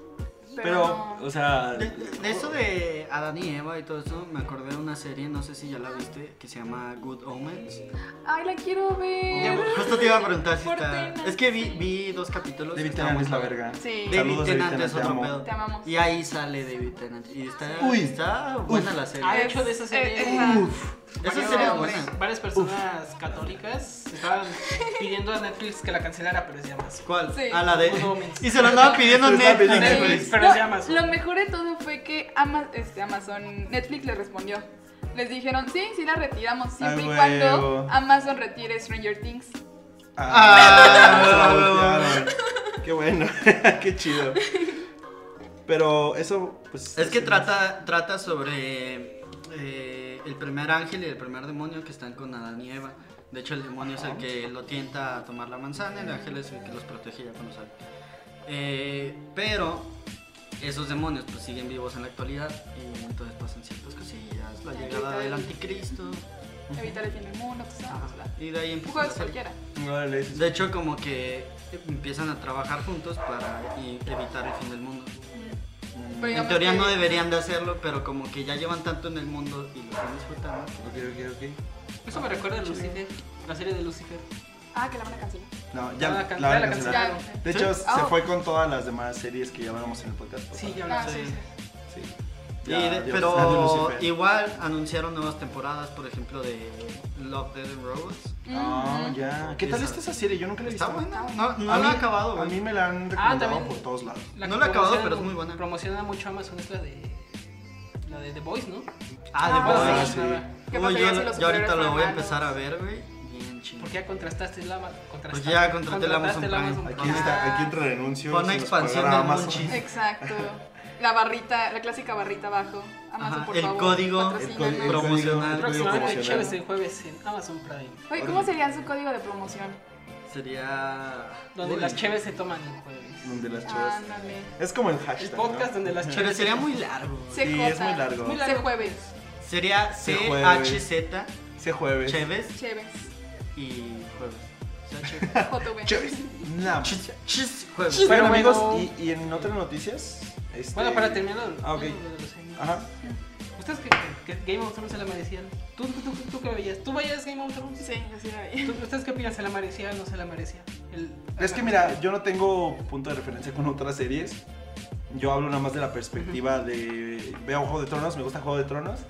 Speaker 4: Pero,
Speaker 1: Pero,
Speaker 4: no.
Speaker 1: o sea.
Speaker 2: De, de eso de Adán y Eva y todo eso, me acordé de una serie, no sé si ya la viste, que se llama Good Omens.
Speaker 4: Ay, la quiero ver.
Speaker 2: Justo te iba a preguntar si
Speaker 4: Por
Speaker 2: está.
Speaker 4: pena,
Speaker 2: Es que vi,
Speaker 4: sí.
Speaker 2: vi dos capítulos.
Speaker 1: David
Speaker 2: está
Speaker 1: Tennant
Speaker 2: muy
Speaker 1: es la
Speaker 2: padre.
Speaker 1: verga.
Speaker 4: Sí.
Speaker 2: David
Speaker 1: Saludos, David
Speaker 2: Tennant
Speaker 1: Tennant,
Speaker 2: es
Speaker 1: te
Speaker 2: otro
Speaker 1: amo.
Speaker 2: pedo.
Speaker 4: Te amamos.
Speaker 2: Y ahí sale David Tennant. Y está,
Speaker 1: Uy.
Speaker 2: está buena la serie.
Speaker 3: Ah, de
Speaker 4: Es-
Speaker 3: hecho, de esa serie.
Speaker 4: es- esa.
Speaker 2: Esa
Speaker 3: Varios-
Speaker 2: serie es buena.
Speaker 3: Varias personas católicas estaban pidiendo a Netflix que la cancelara, pero es ya más.
Speaker 2: ¿Cuál?
Speaker 4: Sí.
Speaker 2: A la de.
Speaker 3: Good
Speaker 2: *laughs*
Speaker 3: Omens.
Speaker 2: Y se lo andaba
Speaker 1: *laughs*
Speaker 2: pidiendo
Speaker 1: Se lo andaba
Speaker 2: Netflix.
Speaker 1: pidiendo
Speaker 2: güey.
Speaker 1: Netflix.
Speaker 3: pero es de Amazon.
Speaker 4: Lo mejor de todo fue que Ama- este, Amazon, Netflix le respondió. Les dijeron, sí, sí la retiramos siempre
Speaker 1: Ay,
Speaker 4: y
Speaker 1: huevo.
Speaker 4: cuando Amazon retire Stranger Things.
Speaker 1: Ah, se la voltearon. Qué bueno, *laughs* qué chido. Pero eso, pues.
Speaker 2: Es que trata, trata sobre eh, el primer ángel y el primer demonio que están con Adán y Eva. De hecho, el demonio es el que lo tienta a tomar la manzana, el ángel es el que los protegía con los eh, Pero esos demonios pues siguen vivos en la actualidad y entonces pasan ciertas cosillas, la llegada del anticristo.
Speaker 4: Evitar el fin del mundo, pues,
Speaker 2: ajá,
Speaker 4: ah, bla.
Speaker 2: Y de ahí
Speaker 4: Un
Speaker 2: empieza
Speaker 4: juego
Speaker 2: la serie.
Speaker 4: cualquiera.
Speaker 1: Órale, sí, sí.
Speaker 2: De hecho, como que empiezan a trabajar juntos para i- evitar el fin del mundo.
Speaker 4: Pero
Speaker 2: En
Speaker 4: digamos
Speaker 2: teoría
Speaker 4: que-
Speaker 2: no deberían de hacerlo, pero como que ya llevan tanto en el mundo y lo están disfrutando.
Speaker 1: Ok, ok, ok.
Speaker 3: Eso me recuerda a Lucifer, la serie de Lucifer.
Speaker 4: Ah, que la van a cancelar.
Speaker 1: No, ya
Speaker 3: Ah,
Speaker 1: la,
Speaker 3: can-
Speaker 1: la van a
Speaker 3: la
Speaker 1: cancelar.
Speaker 4: Ya.
Speaker 3: Claro.
Speaker 1: De hecho,
Speaker 4: ¿Sí?
Speaker 1: se
Speaker 4: Ah.
Speaker 1: fue con todas las demás series que llevábamos en el podcast. pasado.
Speaker 3: Sí, ya
Speaker 4: Ah,
Speaker 3: hablamos.
Speaker 4: sí,
Speaker 2: Sí.
Speaker 4: sí.
Speaker 1: Sí.
Speaker 2: Y
Speaker 1: Ya,
Speaker 2: de-
Speaker 1: Dios, Andy
Speaker 2: pero
Speaker 1: Lucifer.
Speaker 2: igual anunciaron nuevas temporadas, por ejemplo, de Love, Dead and Robots.
Speaker 1: Ah,
Speaker 4: Mm,
Speaker 1: ya. ¿Qué tal está esa serie? Yo nunca la he visto.
Speaker 2: Está buena,
Speaker 4: está
Speaker 2: no, no
Speaker 1: A
Speaker 2: la he
Speaker 1: mí-
Speaker 2: acabado.
Speaker 1: A
Speaker 2: güey.
Speaker 1: mí me la han recomendado
Speaker 3: también-
Speaker 1: por todos lados.
Speaker 2: No la he acabado,
Speaker 3: promocionan
Speaker 2: pero es
Speaker 3: mu-
Speaker 2: muy buena.
Speaker 3: Promociona mucho Amazon, es la de. La de The Voice, ¿no?
Speaker 2: Ah, de
Speaker 1: Ah,
Speaker 2: Boys.
Speaker 1: sí.
Speaker 4: ¿Qué
Speaker 2: Uy,
Speaker 4: pasaría
Speaker 2: yo,
Speaker 4: si los
Speaker 2: yo ahorita
Speaker 4: superhéroes
Speaker 2: lo voy a
Speaker 4: fueran
Speaker 2: empezar a
Speaker 4: malos?
Speaker 2: ver, güey. Bien chido.
Speaker 3: Porque ya contrastaste el Amazon.
Speaker 2: Pues ya contraté el Amazon Prime.
Speaker 1: Aquí, está, aquí entra renuncio.
Speaker 2: Fue una
Speaker 1: se nos
Speaker 2: expansión
Speaker 1: pagará
Speaker 2: del
Speaker 1: Amazon.
Speaker 2: Munchies.
Speaker 4: Exacto. La barrita, la clásica barrita abajo. Amazon,
Speaker 2: Ajá,
Speaker 4: por
Speaker 2: el
Speaker 4: favor.
Speaker 2: código, el
Speaker 1: El
Speaker 4: patrocínanos.
Speaker 1: código- el
Speaker 2: Promocional.
Speaker 1: código- el código
Speaker 3: Próximamente Chévez
Speaker 1: promocional.
Speaker 3: el jueves en Amazon Prime.
Speaker 4: Oye, ¿cómo sería su código de promoción?
Speaker 2: Sería.
Speaker 3: Donde
Speaker 2: Uy.
Speaker 3: las Chéves se toman el jueves.
Speaker 1: Donde
Speaker 4: Ah,
Speaker 1: las chavas.
Speaker 4: Ándale.
Speaker 1: Es como el
Speaker 3: El
Speaker 1: hashtag.
Speaker 3: podcast
Speaker 1: ¿no?
Speaker 3: donde las
Speaker 2: Pero
Speaker 3: Chéves.
Speaker 2: sería muy largo. güey.
Speaker 4: CJ.
Speaker 1: Sí, es muy largo.
Speaker 3: Muy largo.
Speaker 4: Se jueves.
Speaker 2: Sería
Speaker 1: Se jueves.
Speaker 2: CHZ,
Speaker 1: Se jueves.
Speaker 2: Chévez
Speaker 4: Chéves.
Speaker 2: y Jueves.
Speaker 1: *laughs*
Speaker 4: JV.
Speaker 1: Chévez. Nada más.
Speaker 2: Chis- Chis, Jueves.
Speaker 3: Chis.
Speaker 1: Bueno,
Speaker 3: Pero bueno.
Speaker 1: amigos, y, y en otras noticias. este-
Speaker 3: Bueno, para terminar.
Speaker 1: Ah, ok.
Speaker 3: bueno, lo de los animes.
Speaker 1: Ajá.
Speaker 3: Ustedes que, que- que Game of Thrones se la merecían. ¿Tú, tú, tú, tú qué veías? ¿Tú veías Game of Thrones?
Speaker 4: Sí, yo sí la vi.
Speaker 3: ¿Tú- ¿Ustedes qué opinan? ¿Se la merecía o no se la merecía? El-
Speaker 1: Es que mira, yo no tengo punto de referencia con otras series. Yo hablo nada más de la perspectiva de. Veo Juego de Tronos, me gusta Juego de Tronos.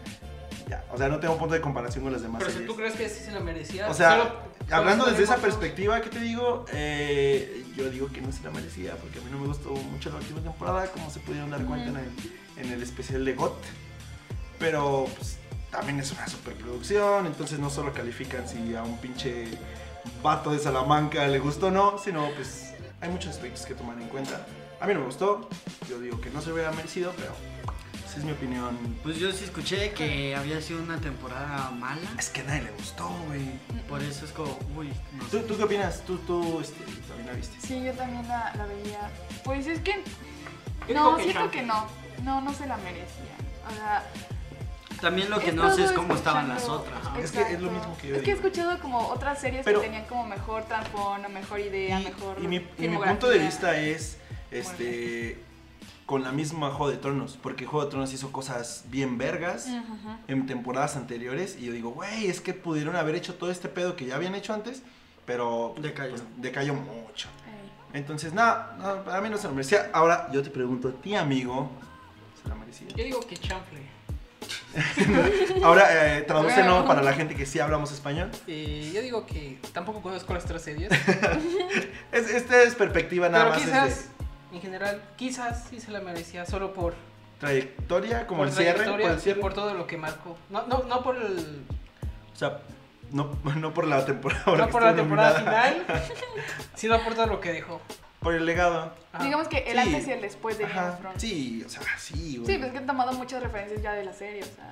Speaker 1: Ya, o sea, no tengo punto de comparación con las demás
Speaker 3: Pero si
Speaker 1: series.
Speaker 3: tú crees que sí se la merecía.
Speaker 1: O sea,
Speaker 3: solo-
Speaker 1: Hablando
Speaker 3: solo
Speaker 1: desde esa
Speaker 3: Game of Thrones.
Speaker 1: perspectiva, ¿qué te digo? Eh, yo digo que no se la merecía porque a mí no me gustó mucho la última temporada, como se pudieron dar cuenta en el, en el especial de GOT. Pero pues, también es una superproducción, entonces no solo califican si a un pinche vato de Salamanca le gustó o no, sino pues hay muchos aspectos que tomar en cuenta. A mí no me gustó, yo digo que no se hubiera merecido, pero esa es mi opinión.
Speaker 2: Pues yo sí escuché que había sido una temporada mala.
Speaker 1: Es que a nadie le gustó, güey.
Speaker 2: Por eso es como, uy, no
Speaker 1: ¿Tú,
Speaker 2: sé.
Speaker 1: tú qué opinas? ¿Tú, tú este, también la viste?
Speaker 4: Sí, yo también la, la veía. Pues es que.
Speaker 3: Yo digo
Speaker 4: No,
Speaker 3: que
Speaker 4: siento
Speaker 3: Champions.
Speaker 4: que no. No, no se la merecía. O sea,
Speaker 2: También lo que
Speaker 4: he
Speaker 2: no sé es
Speaker 4: estado
Speaker 2: cómo estaban las
Speaker 4: escuchando-
Speaker 2: otras.
Speaker 1: Es que es lo
Speaker 4: Exacto.
Speaker 1: mismo que yo
Speaker 4: Es que he
Speaker 1: digo.
Speaker 4: escuchado como otras series
Speaker 1: Pero-
Speaker 4: que tenían como mejor trasfondo, mejor idea, mejor.
Speaker 1: y mi, y mi
Speaker 4: filmografía.
Speaker 1: punto de vista es este con la misma Juego de Tronos, porque Juego de Tronos hizo cosas bien vergas
Speaker 3: Mm.
Speaker 4: Ujú.
Speaker 1: en temporadas anteriores y yo digo, güey, es que pudieron haber hecho todo este pedo que ya habían hecho antes, pero pues,
Speaker 2: Decayó.
Speaker 1: decayó mucho.
Speaker 4: Ey.
Speaker 1: Entonces, nada, nada, para mí no se lo merecía. Ahora yo te pregunto a ti, amigo, ¿se la merecía?
Speaker 3: Yo digo que Chample.
Speaker 1: Ahora eh, tradúcelo
Speaker 4: Claro.
Speaker 1: para la gente que sí hablamos español.
Speaker 3: Eh, yo digo que tampoco conozco las
Speaker 1: *laughs*
Speaker 3: otras series.
Speaker 1: Es, esta es perspectiva nada
Speaker 3: pero
Speaker 1: más es de
Speaker 3: quizás, en general, quizás sí se la merecía solo por.
Speaker 1: trayectoria, como
Speaker 3: por
Speaker 1: el cierre, por
Speaker 3: trayectoria
Speaker 1: el
Speaker 3: y
Speaker 1: cierre.
Speaker 3: por todo lo que marcó. No, no, no por el.
Speaker 1: O sea, no, *laughs* no *laughs* por la temporada.
Speaker 3: no
Speaker 1: que
Speaker 3: por la
Speaker 1: estuvo
Speaker 3: temporada
Speaker 1: nominada,
Speaker 3: final,
Speaker 1: *laughs*
Speaker 3: sino por todo lo que dejó. ah,
Speaker 1: Por el legado.
Speaker 3: Ajá.
Speaker 4: Digamos que el
Speaker 1: Ah, Sí.
Speaker 4: antes y el después de Game of
Speaker 1: Ajá.
Speaker 4: Thrones.
Speaker 1: Sí, o sea, sí, güey.
Speaker 4: Sí, pues es que han tomado muchas referencias ya de la serie, o sea,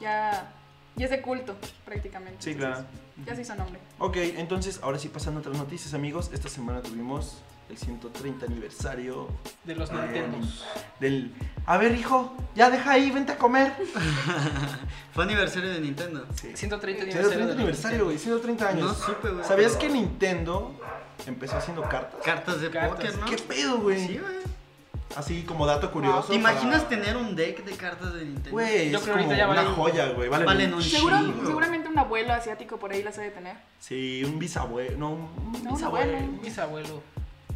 Speaker 4: ya, ya es de culto prácticamente.
Speaker 1: Sí,
Speaker 4: Entonces,
Speaker 1: claro.
Speaker 4: Ya se hizo nombre.
Speaker 1: Ok, entonces, ahora sí pasando a otras noticias, amigos. Esta semana tuvimos el 130 aniversario
Speaker 3: De los
Speaker 1: del-
Speaker 3: Nintendos.
Speaker 1: del... A ver, hijo, ya deja ahí, vente a comer.
Speaker 2: Fue aniversario de Nintendo.
Speaker 1: Sí.
Speaker 3: 130
Speaker 1: 130
Speaker 3: aniversario. de los
Speaker 1: aniversario, güey, 130
Speaker 2: No
Speaker 1: años.
Speaker 2: supe, güey.
Speaker 1: ¿Sabías
Speaker 2: pero-
Speaker 1: que Nintendo empezó haciendo cartas?
Speaker 2: Cartas de
Speaker 3: Cartas.
Speaker 2: póker, ¿no?
Speaker 1: ¿Qué pedo, güey?
Speaker 2: Sí, güey.
Speaker 1: Así como dato curioso.
Speaker 2: ¿Te imaginas
Speaker 1: para-
Speaker 2: tener un deck de cartas de Nintendo?
Speaker 1: Güey,
Speaker 3: Yo
Speaker 1: es
Speaker 3: creo que
Speaker 1: como
Speaker 3: ahorita ya
Speaker 1: una
Speaker 3: valen-
Speaker 1: joya, güey. Valen,
Speaker 2: valen un
Speaker 4: Seguro,
Speaker 2: chingo.
Speaker 4: seguramente un abuelo asiático por ahí las ha de tener.
Speaker 1: Sí, un bisabuelo. No, un
Speaker 4: No, un
Speaker 1: bisabuelo.
Speaker 4: abuelo.
Speaker 3: Nintendo. Bisabuelo.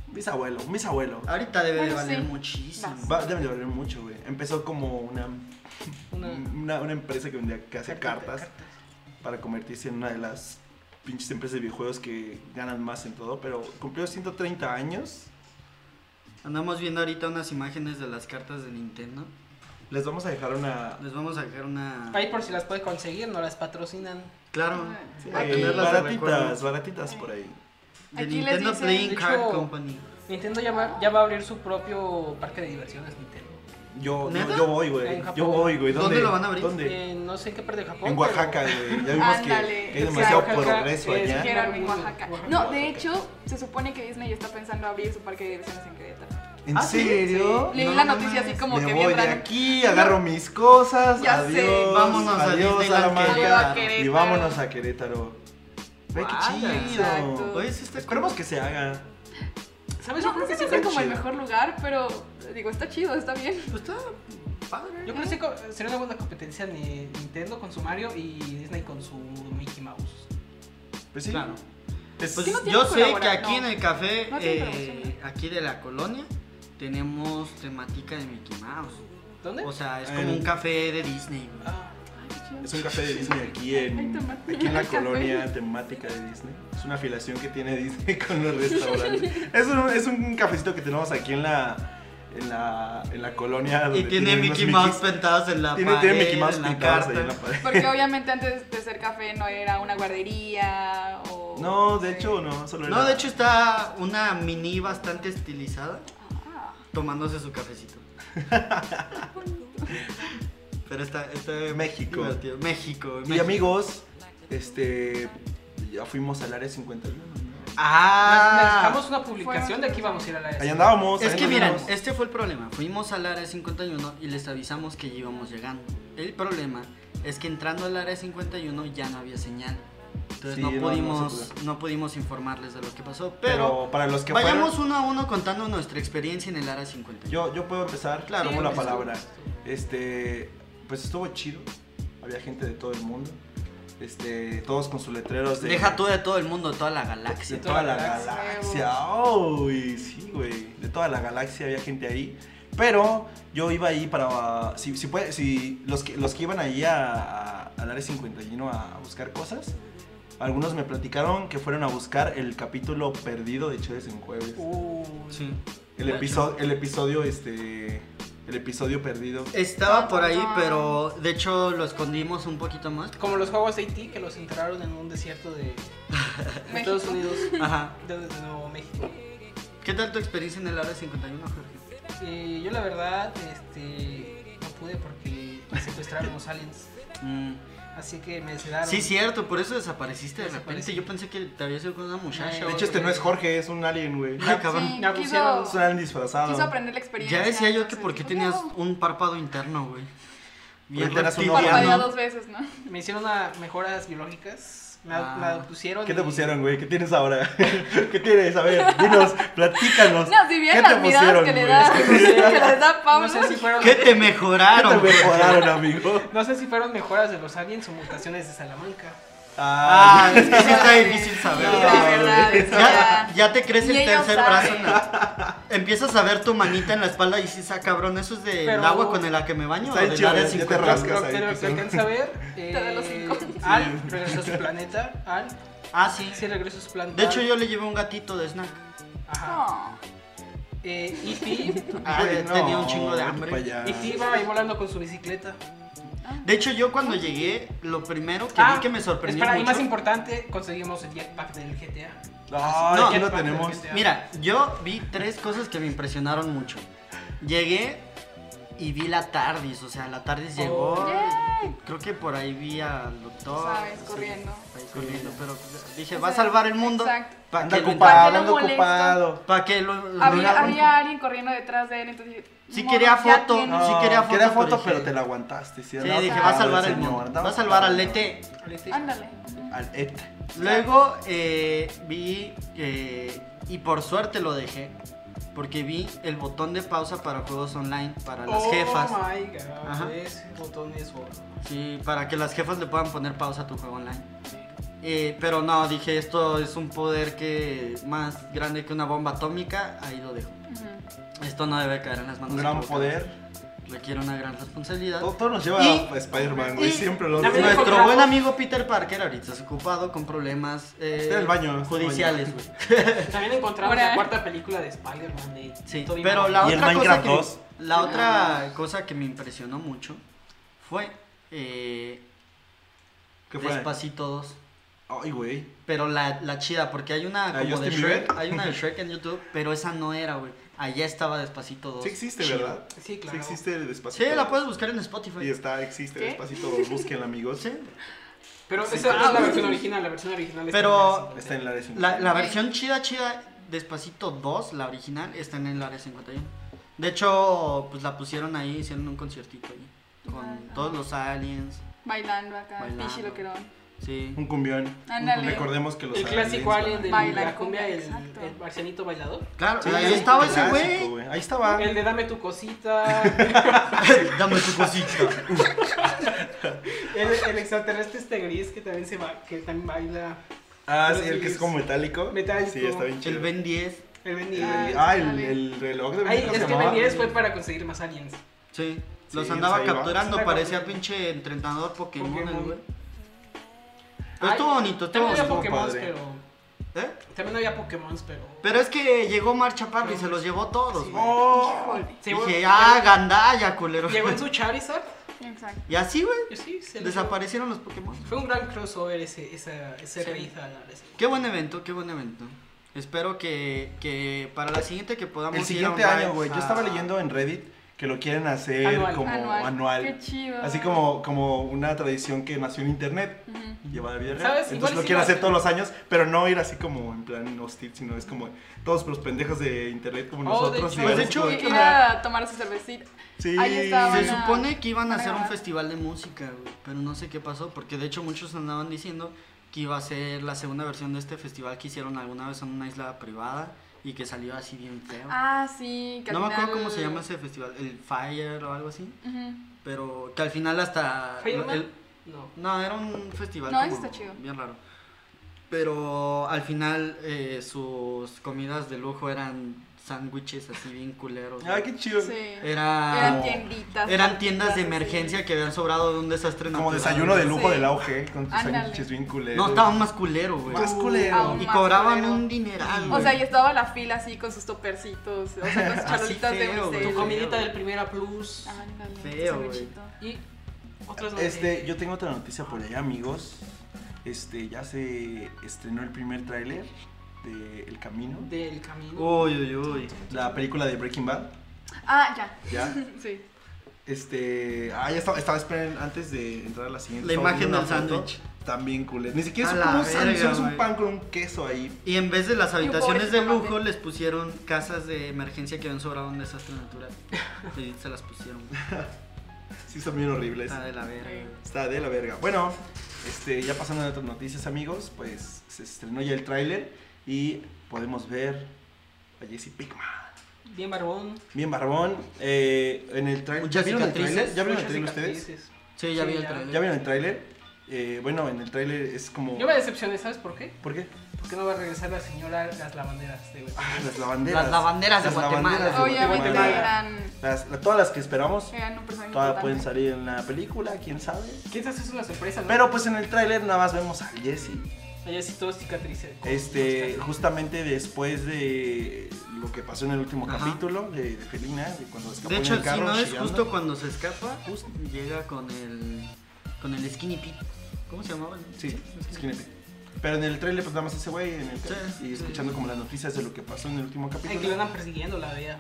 Speaker 1: Un bisabuelo, un bisabuelo.
Speaker 2: Ahorita debe de
Speaker 4: Bueno,
Speaker 2: valer
Speaker 4: sí.
Speaker 2: muchísimo.
Speaker 4: Vas.
Speaker 1: Va, deben de valer mucho, güey. Empezó como una,
Speaker 3: Una.
Speaker 1: una, una empresa que, vendía, que hacía
Speaker 3: Carta-
Speaker 1: Mm, cartas para convertirse en una de las pinches empresas de videojuegos que ganan más en todo, pero cumplió 130 años.
Speaker 2: Andamos viendo ahorita unas imágenes de las cartas de Nintendo.
Speaker 1: Les vamos a dejar una...
Speaker 2: Les vamos a dejar una.
Speaker 3: Ahí por si las puede conseguir, no las patrocinan.
Speaker 2: Claro.
Speaker 4: Sí.
Speaker 1: sí,
Speaker 2: para
Speaker 4: Ay,
Speaker 2: tenerlas de
Speaker 1: eh, baratitas,
Speaker 2: recuerdo.
Speaker 1: baratitas por ahí.
Speaker 2: De
Speaker 4: Aquí les
Speaker 2: Nintendo
Speaker 4: dicen-
Speaker 2: Playing
Speaker 3: De
Speaker 2: Card
Speaker 3: hecho-
Speaker 2: Company.
Speaker 3: Nintendo ya va, ya va a abrir su propio parque de diversiones Nintendo.
Speaker 1: Yo, yo,
Speaker 2: ¿Neta?
Speaker 1: yo voy, güey.
Speaker 3: En Japón.
Speaker 1: Yo voy, güey.
Speaker 2: ¿Dónde lo van a abrir?
Speaker 1: ¿Dónde?
Speaker 3: Eh, no sé en qué parte de Japón.
Speaker 1: En
Speaker 3: pero-
Speaker 1: Oaxaca, güey. Ya vimos que,
Speaker 4: Ándale,
Speaker 1: que hay demasiado
Speaker 4: exacto.
Speaker 1: progreso
Speaker 3: Es
Speaker 1: allá.
Speaker 3: que-
Speaker 4: Quiero mi Oaxaca. No, de hecho, se supone que Disney está pensando abrir su parque de diversiones en Querétaro.
Speaker 1: ¿En
Speaker 2: ¿Ah, sí?
Speaker 1: serio?
Speaker 4: Leí
Speaker 2: No
Speaker 4: la noticia así
Speaker 2: mames,
Speaker 4: como
Speaker 1: Me
Speaker 4: que
Speaker 1: voy
Speaker 4: bien
Speaker 1: de
Speaker 4: raro.
Speaker 1: aquí, agarro mis cosas.
Speaker 4: Ya
Speaker 1: adiós,
Speaker 4: sé.
Speaker 2: Vámonos a
Speaker 1: adiós,
Speaker 2: Disneyland
Speaker 1: Salamanca.
Speaker 4: Querétaro.
Speaker 1: Y vámonos a Querétaro. Güey, qué
Speaker 2: Guau,
Speaker 1: chido. Pues
Speaker 4: exacto.
Speaker 2: Oye, sí está
Speaker 1: Esperemos que se haga.
Speaker 3: ¿Sabes?
Speaker 4: No,
Speaker 3: yo creo
Speaker 4: no sé
Speaker 3: que
Speaker 4: si
Speaker 3: sí
Speaker 4: es como el
Speaker 1: chido.
Speaker 4: mejor lugar, pero digo, está chido, está bien.
Speaker 2: Pues está padre.
Speaker 3: Yo creo que sí co- sería una buena competencia ni Nintendo con su Mario y Disney con su Mickey Mouse.
Speaker 1: Pues sí.
Speaker 2: Claro.
Speaker 1: Es-
Speaker 2: Pues
Speaker 4: que no tiene
Speaker 2: yo sé que
Speaker 4: colabora-
Speaker 2: aquí
Speaker 4: no.
Speaker 2: en el café,
Speaker 4: No tiene
Speaker 2: eh,
Speaker 4: promoción,
Speaker 2: aquí de la colonia, tenemos temática de Mickey Mouse.
Speaker 3: ¿Dónde?
Speaker 1: Pues,
Speaker 2: O sea, es
Speaker 1: En-
Speaker 2: como un café de Disney. güey.
Speaker 3: Ah,
Speaker 1: Es un café de Disney aquí en,
Speaker 4: Ay, tomate.
Speaker 1: aquí en
Speaker 2: *laughs*
Speaker 1: la
Speaker 4: Café.
Speaker 1: colonia temática de Disney. Es una afiliación que tiene Disney *laughs* con los restaurantes. Es un, es un cafecito que tenemos aquí en la, en la, en la colonia.
Speaker 2: Y
Speaker 1: donde
Speaker 2: tiene
Speaker 1: tienen los
Speaker 2: Mickey Mouse
Speaker 1: Mickeys.
Speaker 2: pentados en la
Speaker 1: Tiene,
Speaker 2: pared,
Speaker 1: tiene Mickey Mouse
Speaker 2: en la
Speaker 1: pintados ahí
Speaker 2: carta.
Speaker 1: en la pared.
Speaker 4: *laughs* Porque obviamente antes de ser café no era una guardería o.
Speaker 1: No, de hecho no, solo
Speaker 2: No,
Speaker 1: era-
Speaker 2: de hecho está una mini bastante estilizada
Speaker 4: Ah,
Speaker 2: tomándose su
Speaker 4: *laughs*
Speaker 2: cafecito. Pero está, está
Speaker 1: México.
Speaker 2: divertido. México.
Speaker 1: Y
Speaker 2: México.
Speaker 1: amigos, este ya fuimos al área 51. ¿no?
Speaker 2: Ah.
Speaker 3: Necesitamos una publicación de aquí vamos a ir a la
Speaker 1: Ahí andábamos.
Speaker 2: Es
Speaker 1: ahí
Speaker 2: que
Speaker 1: nos
Speaker 2: miren,
Speaker 1: vimos.
Speaker 2: este fue el problema. Fuimos al área 51 y les avisamos que ya íbamos llegando. El problema es que entrando al área 51 ya no había señal. Entonces
Speaker 1: Sí,
Speaker 2: no,
Speaker 1: no, no se
Speaker 2: pudimos,
Speaker 1: pudo.
Speaker 2: no pudimos informarles de lo que pasó. Pero,
Speaker 1: pero para los que
Speaker 2: vayamos
Speaker 1: fueron,
Speaker 2: uno a uno contando nuestra experiencia en el área 51.
Speaker 1: yo yo puedo empezar,
Speaker 2: Claro,
Speaker 1: tomo la
Speaker 2: pues,
Speaker 1: palabra. Este, pues estuvo chido. Había gente de todo el mundo. Este, todos con sus letreros de
Speaker 2: Deja tú de todo el mundo, de toda la
Speaker 1: de
Speaker 2: galaxia.
Speaker 1: toda la
Speaker 3: galaxia,
Speaker 1: galaxia. Uy, sí, güey. De toda la galaxia había gente ahí. Pero yo iba ahí para. Si, si, puede- si los, que, los que iban ahí a, a- al área 51 a buscar cosas, algunos me platicaron que fueron a buscar el capítulo perdido de Chedes en Jueves.
Speaker 3: Uh,
Speaker 2: Sí.
Speaker 1: el, episodio, el episodio, este. El episodio perdido.
Speaker 2: Estaba por ahí, pero de hecho lo escondimos un
Speaker 1: *laughs*
Speaker 2: poquito más.
Speaker 3: Como los juegos AT que los enterraron en un desierto de
Speaker 2: *laughs*
Speaker 3: de Estados
Speaker 4: México.
Speaker 3: Unidos,
Speaker 2: Ajá.
Speaker 3: de, de Nuevo México.
Speaker 2: ¿Qué tal tu experiencia en el área 51, Jorge?
Speaker 3: Eh, yo la verdad, este, no pude porque me secuestraron los aliens,
Speaker 2: Mm.
Speaker 3: así que me sedaron.
Speaker 2: Sí, cierto, por eso desapareciste de
Speaker 3: Desaparecí.
Speaker 2: repente. Yo pensé que te habías ido con una muchacha.
Speaker 3: No,
Speaker 1: De hecho, este no es Jorge, es un alien, güey.
Speaker 2: Ah, cabrón.
Speaker 4: Sí,
Speaker 3: Me
Speaker 1: *laughs*
Speaker 3: pusieron
Speaker 1: Es
Speaker 4: quiso,
Speaker 1: un alien disfrazado.
Speaker 4: quiso aprender la
Speaker 2: ya
Speaker 4: experiencia.
Speaker 2: decía yo que
Speaker 4: entonces,
Speaker 2: porque
Speaker 4: pues,
Speaker 2: tenías
Speaker 4: no.
Speaker 2: un párpado interno, güey. Bien
Speaker 1: tenías un
Speaker 2: reptiliano.
Speaker 4: Parpadea
Speaker 1: Piano.
Speaker 4: dos veces, ¿no?
Speaker 3: Me hicieron una- mejoras biológicas, me,
Speaker 2: Ah.
Speaker 3: me pusieron.
Speaker 1: ¿Qué te
Speaker 3: y-
Speaker 1: pusieron, güey? ¿Qué tienes ahora? *laughs* ¿Qué tienes? A ver, dinos, platícanos.
Speaker 4: No, si bien
Speaker 1: ¿Qué
Speaker 4: las
Speaker 1: te
Speaker 4: miradas que le
Speaker 1: pusieron,
Speaker 4: da,
Speaker 1: güey?
Speaker 4: *laughs* que le da Pablo.
Speaker 3: No sé
Speaker 4: *laughs*
Speaker 3: si fueron.
Speaker 2: ¿Qué te
Speaker 1: ¿Qué te
Speaker 2: mejoraron? güey?
Speaker 1: mejoraron, amigo?
Speaker 3: No sé si fueron mejoras de los aliens o mutaciones de Salamanca.
Speaker 2: Ah, es que sí
Speaker 4: Ay,
Speaker 2: está difícil
Speaker 4: sí,
Speaker 2: saber.
Speaker 4: la verdad, o
Speaker 2: Ya,
Speaker 4: sea,
Speaker 2: ya te crece
Speaker 4: ni
Speaker 2: el
Speaker 4: ellos
Speaker 2: tercer
Speaker 4: saben.
Speaker 2: brazo. Empiezas a ver tu manita en la espalda y dices, ah, cabrón, ¿eso es del
Speaker 3: Pero-
Speaker 2: agua con la que me baño?
Speaker 1: Está
Speaker 2: o del
Speaker 1: chido,
Speaker 2: área
Speaker 1: ya te
Speaker 2: 51?
Speaker 1: rascas.
Speaker 3: Pero
Speaker 1: ahí,
Speaker 3: pero lo que
Speaker 1: pues,
Speaker 3: alcanza a ver.
Speaker 4: *laughs* da los
Speaker 3: eh,
Speaker 4: cinco.
Speaker 3: Al regresó a su planeta. Al
Speaker 2: Ah, sí.
Speaker 3: sí regresó a su planeta.
Speaker 2: De hecho, yo le llevé un gatito de snack.
Speaker 3: Ajá.
Speaker 4: No.
Speaker 3: Eh, E.T.
Speaker 2: Ah,
Speaker 1: Güey, no,
Speaker 2: tenía un chingo de
Speaker 1: vete
Speaker 2: hambre.
Speaker 1: pa' allá.
Speaker 2: *laughs*
Speaker 3: E.T. va ahí volando con su bicicleta.
Speaker 2: De hecho, yo cuando llegué, lo primero que vi que me sorprendió
Speaker 3: Ah, Espera, y
Speaker 2: mucho-
Speaker 3: más importante, conseguimos el jetpack del GTA.
Speaker 1: Ay,
Speaker 2: No,
Speaker 1: aquí
Speaker 3: ya
Speaker 1: lo
Speaker 3: está,
Speaker 1: tenemos.
Speaker 3: perfecto.
Speaker 2: Mira, yo vi tres cosas que me impresionaron mucho. Llegué y vi la TARDIS, o sea, la TARDIS
Speaker 3: Oh.
Speaker 2: llegó.
Speaker 4: Yay.
Speaker 2: Creo que por ahí vi al doctor.
Speaker 4: Sabes,
Speaker 2: Oh, sí,
Speaker 4: corriendo.
Speaker 2: ahí corriendo, pero dije,
Speaker 4: O
Speaker 2: va a
Speaker 4: sea,
Speaker 2: salvar el mundo.
Speaker 4: exacto.
Speaker 2: Para
Speaker 1: Anda
Speaker 2: que, lo
Speaker 1: ocupado,
Speaker 4: lo
Speaker 1: anda
Speaker 4: molesto.
Speaker 1: ocupado.
Speaker 2: entra- pa' que lo- lo-
Speaker 4: Había, había alguien corriendo detrás de él, entonces dije,
Speaker 2: Sí
Speaker 4: "Morro,
Speaker 2: quería
Speaker 4: ya
Speaker 2: foto, Ah.
Speaker 4: tienes".
Speaker 2: no, sí quería foto,
Speaker 1: quería
Speaker 2: pero
Speaker 1: foto,
Speaker 2: dije-
Speaker 1: pero te la aguantaste. Sí,
Speaker 2: Sí,
Speaker 1: andaba
Speaker 2: dije,
Speaker 4: no,
Speaker 2: va a
Speaker 1: ocupado
Speaker 2: salvar
Speaker 1: el
Speaker 2: el
Speaker 1: señor,
Speaker 2: mundo.
Speaker 1: andaba
Speaker 2: Va a salvar al
Speaker 1: ocupado.
Speaker 2: ET.
Speaker 3: Alete.
Speaker 4: Ándale.
Speaker 1: Al ET.
Speaker 2: Luego eh, vi, eh, y por suerte lo dejé, porque vi el botón de pausa para juegos online, para las
Speaker 3: oh
Speaker 2: jefas.
Speaker 3: my god,
Speaker 2: Ajá.
Speaker 3: ese botón es oro.
Speaker 2: *laughs* Sí, para que las jefas le puedan poner pausa a tu juego online. Eh, pero no, dije, esto es un poder que más grande que una bomba atómica, ahí lo dejo.
Speaker 4: Ujú.
Speaker 2: Esto no debe caer en las manos.
Speaker 1: Un gran
Speaker 2: equivocadas.
Speaker 1: poder.
Speaker 2: Requiere una gran responsabilidad.
Speaker 1: Todo, todo nos lleva
Speaker 2: Y-
Speaker 1: a Spider-Man, güey.
Speaker 2: y-
Speaker 1: Siempre lo
Speaker 3: También
Speaker 1: digo.
Speaker 2: Nuestro
Speaker 3: encontramos-
Speaker 2: buen amigo Peter Parker ahorita es ocupado con problemas eh,
Speaker 1: Está en el baño, está en el baño.
Speaker 2: judiciales, güey.
Speaker 3: También encontramos
Speaker 4: Ahora,
Speaker 3: la
Speaker 4: eh.
Speaker 3: cuarta película de Spider-Man de
Speaker 2: Sí,
Speaker 3: Tobey
Speaker 2: pero
Speaker 3: Maguire.
Speaker 2: la
Speaker 1: Y el
Speaker 2: otra, cosa
Speaker 1: Minecraft
Speaker 2: que,
Speaker 1: 2.
Speaker 2: la otra cosa que me impresionó mucho fue eh,
Speaker 1: ¿Qué fue?
Speaker 2: Despacito 2.
Speaker 1: Ay, güey.
Speaker 2: Pero la, la chida, porque hay una
Speaker 1: ¿La
Speaker 2: como de
Speaker 1: Justin
Speaker 2: Shrek,
Speaker 1: Bieber?
Speaker 2: hay una de Shrek en YouTube, pero esa no era, güey. Allá estaba Despacito 2.
Speaker 1: Sí existe,
Speaker 2: Chido.
Speaker 1: ¿verdad?
Speaker 3: Sí, claro.
Speaker 1: Sí existe el
Speaker 2: Sí,
Speaker 1: despacito.
Speaker 2: la puedes buscar en Spotify.
Speaker 1: Y está, existe
Speaker 4: ¿Qué?
Speaker 1: despacito. Busquen, amigos.
Speaker 2: Sí.
Speaker 3: Pero
Speaker 1: Sí,
Speaker 3: esa
Speaker 1: claro.
Speaker 3: es la versión original, la versión original. está
Speaker 2: Pero-
Speaker 3: en la
Speaker 1: Está en la de
Speaker 2: La, la
Speaker 4: Ok.
Speaker 2: versión chida, chida, Despacito 2, la original, está en el área 51. De hecho, pues la pusieron ahí, hicieron un conciertito ahí. Con
Speaker 4: Ah.
Speaker 2: todos los aliens.
Speaker 4: Bailando acá,
Speaker 2: Bailando.
Speaker 4: pichi loquerón.
Speaker 2: Sí.
Speaker 1: Un cumbión.
Speaker 4: Ándale.
Speaker 1: Recordemos que los
Speaker 3: El clásico alien
Speaker 1: aliens
Speaker 3: de
Speaker 1: van-
Speaker 4: Baila
Speaker 3: la cumbia, el,
Speaker 4: exacto.
Speaker 3: el marcianito bailador.
Speaker 2: Claro,
Speaker 1: Sí,
Speaker 2: ahí estaba ese
Speaker 1: clásico,
Speaker 2: güey. *laughs*
Speaker 1: Ahí estaba.
Speaker 3: El de dame tu *laughs* cosita.
Speaker 2: Dame tu cosita.
Speaker 3: el, el extraterrestre este gris que también se va, que también baila.
Speaker 1: Ah, sí, el que es como metálico.
Speaker 3: Metálico.
Speaker 1: Sí, está bien
Speaker 2: El
Speaker 1: chido.
Speaker 2: Ben 10.
Speaker 3: El Ben
Speaker 1: El
Speaker 3: 10.
Speaker 1: Ben-
Speaker 4: Ah,
Speaker 1: Ah, el,
Speaker 4: sí.
Speaker 1: el reloj de Ben
Speaker 3: Ay,
Speaker 1: 10, ¿cómo
Speaker 3: es
Speaker 1: se
Speaker 3: que
Speaker 1: llamaba?
Speaker 3: Ben 10 fue para conseguir más aliens.
Speaker 2: Sí. Los
Speaker 1: Sí,
Speaker 2: andaba
Speaker 1: ahí va.
Speaker 2: capturando,
Speaker 3: Está
Speaker 2: parecía
Speaker 3: capturando.
Speaker 2: pinche entrenador Pokémon, el
Speaker 3: Pokémon.
Speaker 2: güey. Pero
Speaker 3: Ay,
Speaker 2: estuvo bonito, estuvo
Speaker 3: También había
Speaker 2: bonito.
Speaker 3: Pokémon,
Speaker 1: padre.
Speaker 3: pero.
Speaker 2: ¿Eh?
Speaker 3: También había Pokémon, pero.
Speaker 2: Pero es que llegó Mar Chaparro y se los llevó todos,
Speaker 3: Sí.
Speaker 2: güey.
Speaker 4: Híjole.
Speaker 3: Se
Speaker 2: Dije,
Speaker 3: llevó-
Speaker 2: ah, gandalla, culero.
Speaker 3: *laughs* Llegó en su Charizard.
Speaker 4: Exacto.
Speaker 2: *laughs* Y así, güey.
Speaker 3: y Sí, se lo llevó.
Speaker 2: Desaparecieron los Pokémon.
Speaker 3: Fue un gran crossover ese, esa, ese
Speaker 2: Sí.
Speaker 3: raid a la vez.
Speaker 2: Qué buen evento, qué buen evento. Espero que, que para la siguiente que podamos
Speaker 1: El
Speaker 2: ir
Speaker 1: siguiente
Speaker 2: a un
Speaker 1: año,
Speaker 2: live
Speaker 1: güey. Yo
Speaker 2: a-
Speaker 1: estaba leyendo en Reddit que lo quieren hacer
Speaker 3: Ah. Anual.
Speaker 1: como anual.
Speaker 4: Qué chido.
Speaker 1: Así como, como una tradición que nació en internet.
Speaker 4: Ujú.
Speaker 1: Llevada a vida real.
Speaker 3: ¿Sabes? Igual
Speaker 1: Entonces
Speaker 3: sí
Speaker 1: lo quieren
Speaker 3: lo
Speaker 1: hacer
Speaker 3: hacen.
Speaker 1: todos los años, pero no ir así como en plan hostil, sino es como todos los pendejos de internet como
Speaker 3: Oh, de
Speaker 1: nosotros.
Speaker 3: hecho.
Speaker 1: y
Speaker 2: Pues de
Speaker 1: ver
Speaker 2: hecho,
Speaker 1: esto.
Speaker 2: güey.
Speaker 4: Ir a tomar su cervecita.
Speaker 1: sí.
Speaker 4: ahí estaba,
Speaker 2: Se
Speaker 4: Van a-
Speaker 2: supone que iban a
Speaker 4: van a
Speaker 2: hacer un
Speaker 4: grabar.
Speaker 2: festival de música, güey, pero no sé qué pasó, porque de hecho muchos andaban diciendo que iba a ser la segunda versión de este festival que hicieron alguna vez en una isla privada y que salió así bien feo.
Speaker 4: Ah, sí. que al
Speaker 2: no me
Speaker 4: final-
Speaker 2: acuerdo cómo se llama ese festival, el Fire o algo así,
Speaker 4: Ujú.
Speaker 2: pero que al final hasta...
Speaker 3: ¿Fireman?
Speaker 2: el-
Speaker 3: No.
Speaker 2: no, era un festival.
Speaker 4: No,
Speaker 2: como
Speaker 4: ese está chido.
Speaker 2: Bien raro. Pero al final eh, sus comidas de lujo eran sándwiches así bien culeros. güey.
Speaker 1: Ay, qué chido.
Speaker 4: Sí.
Speaker 2: Era-
Speaker 4: Eran tienditas.
Speaker 2: Eran tiendas de
Speaker 4: así.
Speaker 2: emergencia que habían sobrado de un desastre
Speaker 1: Como
Speaker 2: natural.
Speaker 1: desayuno de lujo
Speaker 4: Sí.
Speaker 1: del auge, con tus
Speaker 4: Ándale.
Speaker 1: sándwiches bien culeros.
Speaker 2: No, estaban más culero, güey.
Speaker 1: Más culero.
Speaker 4: Aún
Speaker 2: Y
Speaker 4: más
Speaker 2: cobraban
Speaker 4: culero.
Speaker 2: un dineral,
Speaker 4: O
Speaker 2: güey.
Speaker 4: sea, y estaba la fila así con sus topercitos, o sea, con sus
Speaker 2: *laughs* Así
Speaker 4: charolitas de
Speaker 2: feo, güey.
Speaker 4: unicel.
Speaker 3: Tu comidita
Speaker 2: güey.
Speaker 3: del Primera Plus.
Speaker 4: Ándale,
Speaker 2: Feo,
Speaker 4: tu
Speaker 2: güey.
Speaker 4: sándwichito.
Speaker 3: Y otras
Speaker 1: Este, yo tengo otra noticia por allá, amigos. Este, ya se estrenó el primer tráiler de El Camino,
Speaker 3: Del camino.
Speaker 2: Uy, uy, uy.
Speaker 1: la película de Breaking Bad.
Speaker 4: Ah, ya.
Speaker 1: Ya.
Speaker 4: Sí.
Speaker 1: Este, ah, ya estaba, estaba esperen, antes de entrar a la siguiente.
Speaker 2: La
Speaker 1: estaba
Speaker 2: imagen
Speaker 1: viendo
Speaker 2: del
Speaker 1: una foto
Speaker 2: sándwich.
Speaker 1: También culero. Ni siquiera es
Speaker 2: A
Speaker 1: un-
Speaker 2: la
Speaker 1: como un sándwich,
Speaker 2: verga,
Speaker 1: solo es un
Speaker 2: güey.
Speaker 1: pan con un queso ahí.
Speaker 2: Y en vez de las habitaciones de
Speaker 4: pobrecito
Speaker 2: lujo,
Speaker 4: también.
Speaker 2: les pusieron casas de emergencia que habían sobrado de un desastre
Speaker 4: *laughs*
Speaker 2: natural. Y se las pusieron. güey.
Speaker 1: Sí, son bien horribles.
Speaker 2: Está de la verga. güey.
Speaker 1: Está de la verga. Bueno, este, ya pasando a otras noticias, amigos, pues se estrenó ya el tráiler y podemos ver a Jesse Pickman.
Speaker 3: Bien barbón.
Speaker 1: Bien barbón. eh, en el tráiler.
Speaker 2: Muchas
Speaker 1: ¿Ya vieron el
Speaker 2: cicatrices,
Speaker 1: tráiler? ¿Ya vieron el
Speaker 3: Muchas
Speaker 1: tráiler ustedes?
Speaker 3: cicatrices.
Speaker 2: Sí, ya
Speaker 3: Sí,
Speaker 2: vi el
Speaker 3: ya.
Speaker 2: trailer.
Speaker 1: ¿Ya vieron el tráiler? Eh, bueno, en el tráiler es como.
Speaker 3: Yo me decepcioné, ¿sabes por qué?
Speaker 1: ¿Por qué?
Speaker 3: Porque no va a regresar la señora las lavanderas este de
Speaker 1: Ah, las lavanderas.
Speaker 2: Las lavanderas de Guatemala.
Speaker 1: lavanderas de
Speaker 4: Obviamente
Speaker 1: Guatemala.
Speaker 4: eran,
Speaker 1: Las- la- todas las que esperamos,
Speaker 3: Eh,
Speaker 4: eran
Speaker 3: pues,
Speaker 4: un personaje
Speaker 1: todas
Speaker 4: importante.
Speaker 1: pueden salir en la película, quién sabe.
Speaker 3: Quizás es una sorpresa, ¿no?
Speaker 1: Pero pues en el tráiler nada más vemos a Jesse.
Speaker 3: Allá sí todo cicatrices.
Speaker 1: Este, justamente después de lo que pasó en el último
Speaker 2: Ajá.
Speaker 1: capítulo de, de Felina, de cuando escapó
Speaker 2: De
Speaker 1: en
Speaker 2: hecho,
Speaker 1: el
Speaker 2: si
Speaker 1: carro.
Speaker 2: no es
Speaker 1: chillando.
Speaker 2: justo cuando se escapa,
Speaker 1: Justo.
Speaker 2: llega con el con el skinny pit. ¿Cómo se llamaba?
Speaker 1: Sí, es que neta. Pero en el trailer pues nada más ese güey en el
Speaker 2: Sí,
Speaker 1: carro,
Speaker 2: sí.
Speaker 1: y escuchando como las noticias de lo que pasó en el último
Speaker 3: Ay, que lo
Speaker 1: capítulo.
Speaker 3: andan persiguiendo la vida.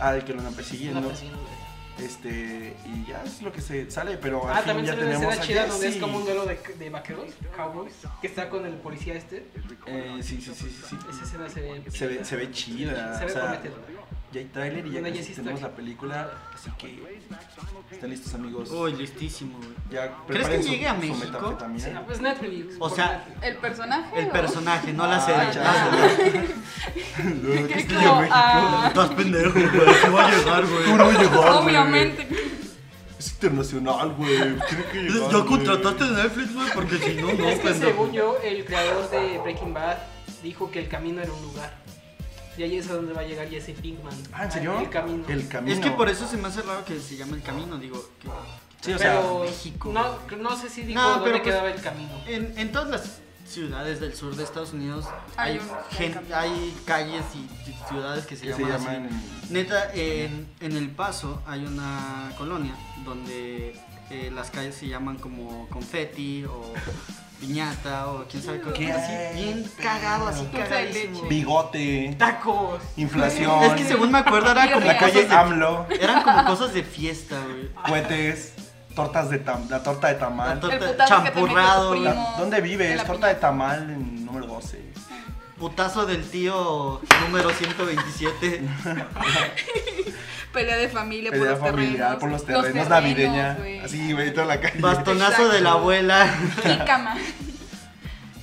Speaker 1: Ah, el que lo andan
Speaker 3: Lo andan
Speaker 1: persiguiendo.
Speaker 3: persiguiendo la vida.
Speaker 1: Este, y ya es lo que se sale, pero al
Speaker 3: Ah,
Speaker 1: fin
Speaker 3: también
Speaker 1: ya
Speaker 3: sale una
Speaker 1: tenemos
Speaker 3: escena
Speaker 1: a
Speaker 3: chida donde es
Speaker 1: Jesse.
Speaker 3: como un duelo de, de vaqueros, cowboys, que está con el policía este.
Speaker 1: Eh, sí, sí, sí, sí, sí.
Speaker 3: Esa escena se ve.
Speaker 1: Se ve, se ve chida.
Speaker 3: Se ve
Speaker 1: o sea,
Speaker 3: prometedora.
Speaker 1: ya hay trailer y ya
Speaker 3: Una
Speaker 1: casi
Speaker 3: Jessie
Speaker 1: tenemos
Speaker 3: Stack.
Speaker 1: la película. Así que están listos, amigos.
Speaker 2: Uy, listísimo, güey.
Speaker 1: Ya
Speaker 2: ¿Crees
Speaker 1: preparen
Speaker 2: que llegue a México?
Speaker 1: metafetamina.
Speaker 3: Sí, ah, pues Netflix.
Speaker 2: O
Speaker 3: por
Speaker 2: sea,
Speaker 3: Netflix.
Speaker 4: El personaje.
Speaker 2: El
Speaker 4: o- *laughs*
Speaker 2: personaje, no la serie.
Speaker 1: Ah,
Speaker 2: la serie.
Speaker 1: No,
Speaker 4: Que
Speaker 1: ¿crees que
Speaker 4: como,
Speaker 1: llegue a Este México?
Speaker 4: ah,
Speaker 2: Estás pendejo, güey. ¿Qué va a llegar,
Speaker 1: Tú no llegaste,
Speaker 3: *laughs*
Speaker 1: güey.
Speaker 4: Obviamente.
Speaker 1: Es internacional, güey. Tiene que llegar,
Speaker 2: Ya
Speaker 1: güey.
Speaker 2: contrataste Netflix, güey, porque si no, no,
Speaker 3: Es que
Speaker 2: pendejo.
Speaker 3: según yo, el creador de Breaking Bad dijo que el camino era un lugar. Y ahí es a donde va a llegar Jesse Pinkman.
Speaker 1: Ah, ¿en serio?
Speaker 3: El camino.
Speaker 1: El camino.
Speaker 2: Es que por eso se me hace raro que se llame El Camino, digo. que-
Speaker 1: Sí, o sea,
Speaker 3: Pero
Speaker 2: México.
Speaker 3: No, no sé si dijo
Speaker 2: No, pero
Speaker 3: dónde
Speaker 2: pues-
Speaker 3: quedaba el camino.
Speaker 2: En, en todas las ciudades del sur de Estados Unidos
Speaker 4: Hay
Speaker 2: hay,
Speaker 4: un-
Speaker 2: gen- hay calles y ci- ciudades que se
Speaker 1: Que se
Speaker 2: llaman, así.
Speaker 1: llaman.
Speaker 2: Neta, en, en El Paso hay una colonia donde eh, las calles se llaman como confetti o piñata o quién sabe qué.
Speaker 1: ¿Qué?
Speaker 2: Así, bien cagado, así
Speaker 4: Dulce de
Speaker 2: cagadísimo.
Speaker 4: leche.
Speaker 1: Bigote,
Speaker 3: Tacos.
Speaker 1: inflación,
Speaker 2: Es que según me acuerdo era como
Speaker 1: la calle
Speaker 2: cosas de- *laughs*
Speaker 1: AMLO,
Speaker 2: eran como cosas de fiesta, güey.
Speaker 1: cohetes, tortas de tam, la torta de
Speaker 2: La
Speaker 1: tamal.
Speaker 2: torta-
Speaker 4: putazo que te mete tu
Speaker 2: champurrado,
Speaker 4: primo.
Speaker 1: La-
Speaker 4: Primos,
Speaker 1: ¿Dónde
Speaker 4: en
Speaker 1: vives?
Speaker 4: la
Speaker 1: Torta de
Speaker 4: piñata.
Speaker 1: tamal en número 12.
Speaker 2: putazo del tío
Speaker 1: *laughs*
Speaker 2: número 127.
Speaker 4: Pelea de familia, por
Speaker 1: Pelea
Speaker 4: los
Speaker 1: familiar
Speaker 4: terrenos.
Speaker 1: por los terrenos,
Speaker 4: terrenos,
Speaker 1: navideña.
Speaker 4: güey.
Speaker 1: Así, güey, toda la calle.
Speaker 2: Bastonazo de la abuela.
Speaker 4: Jícama.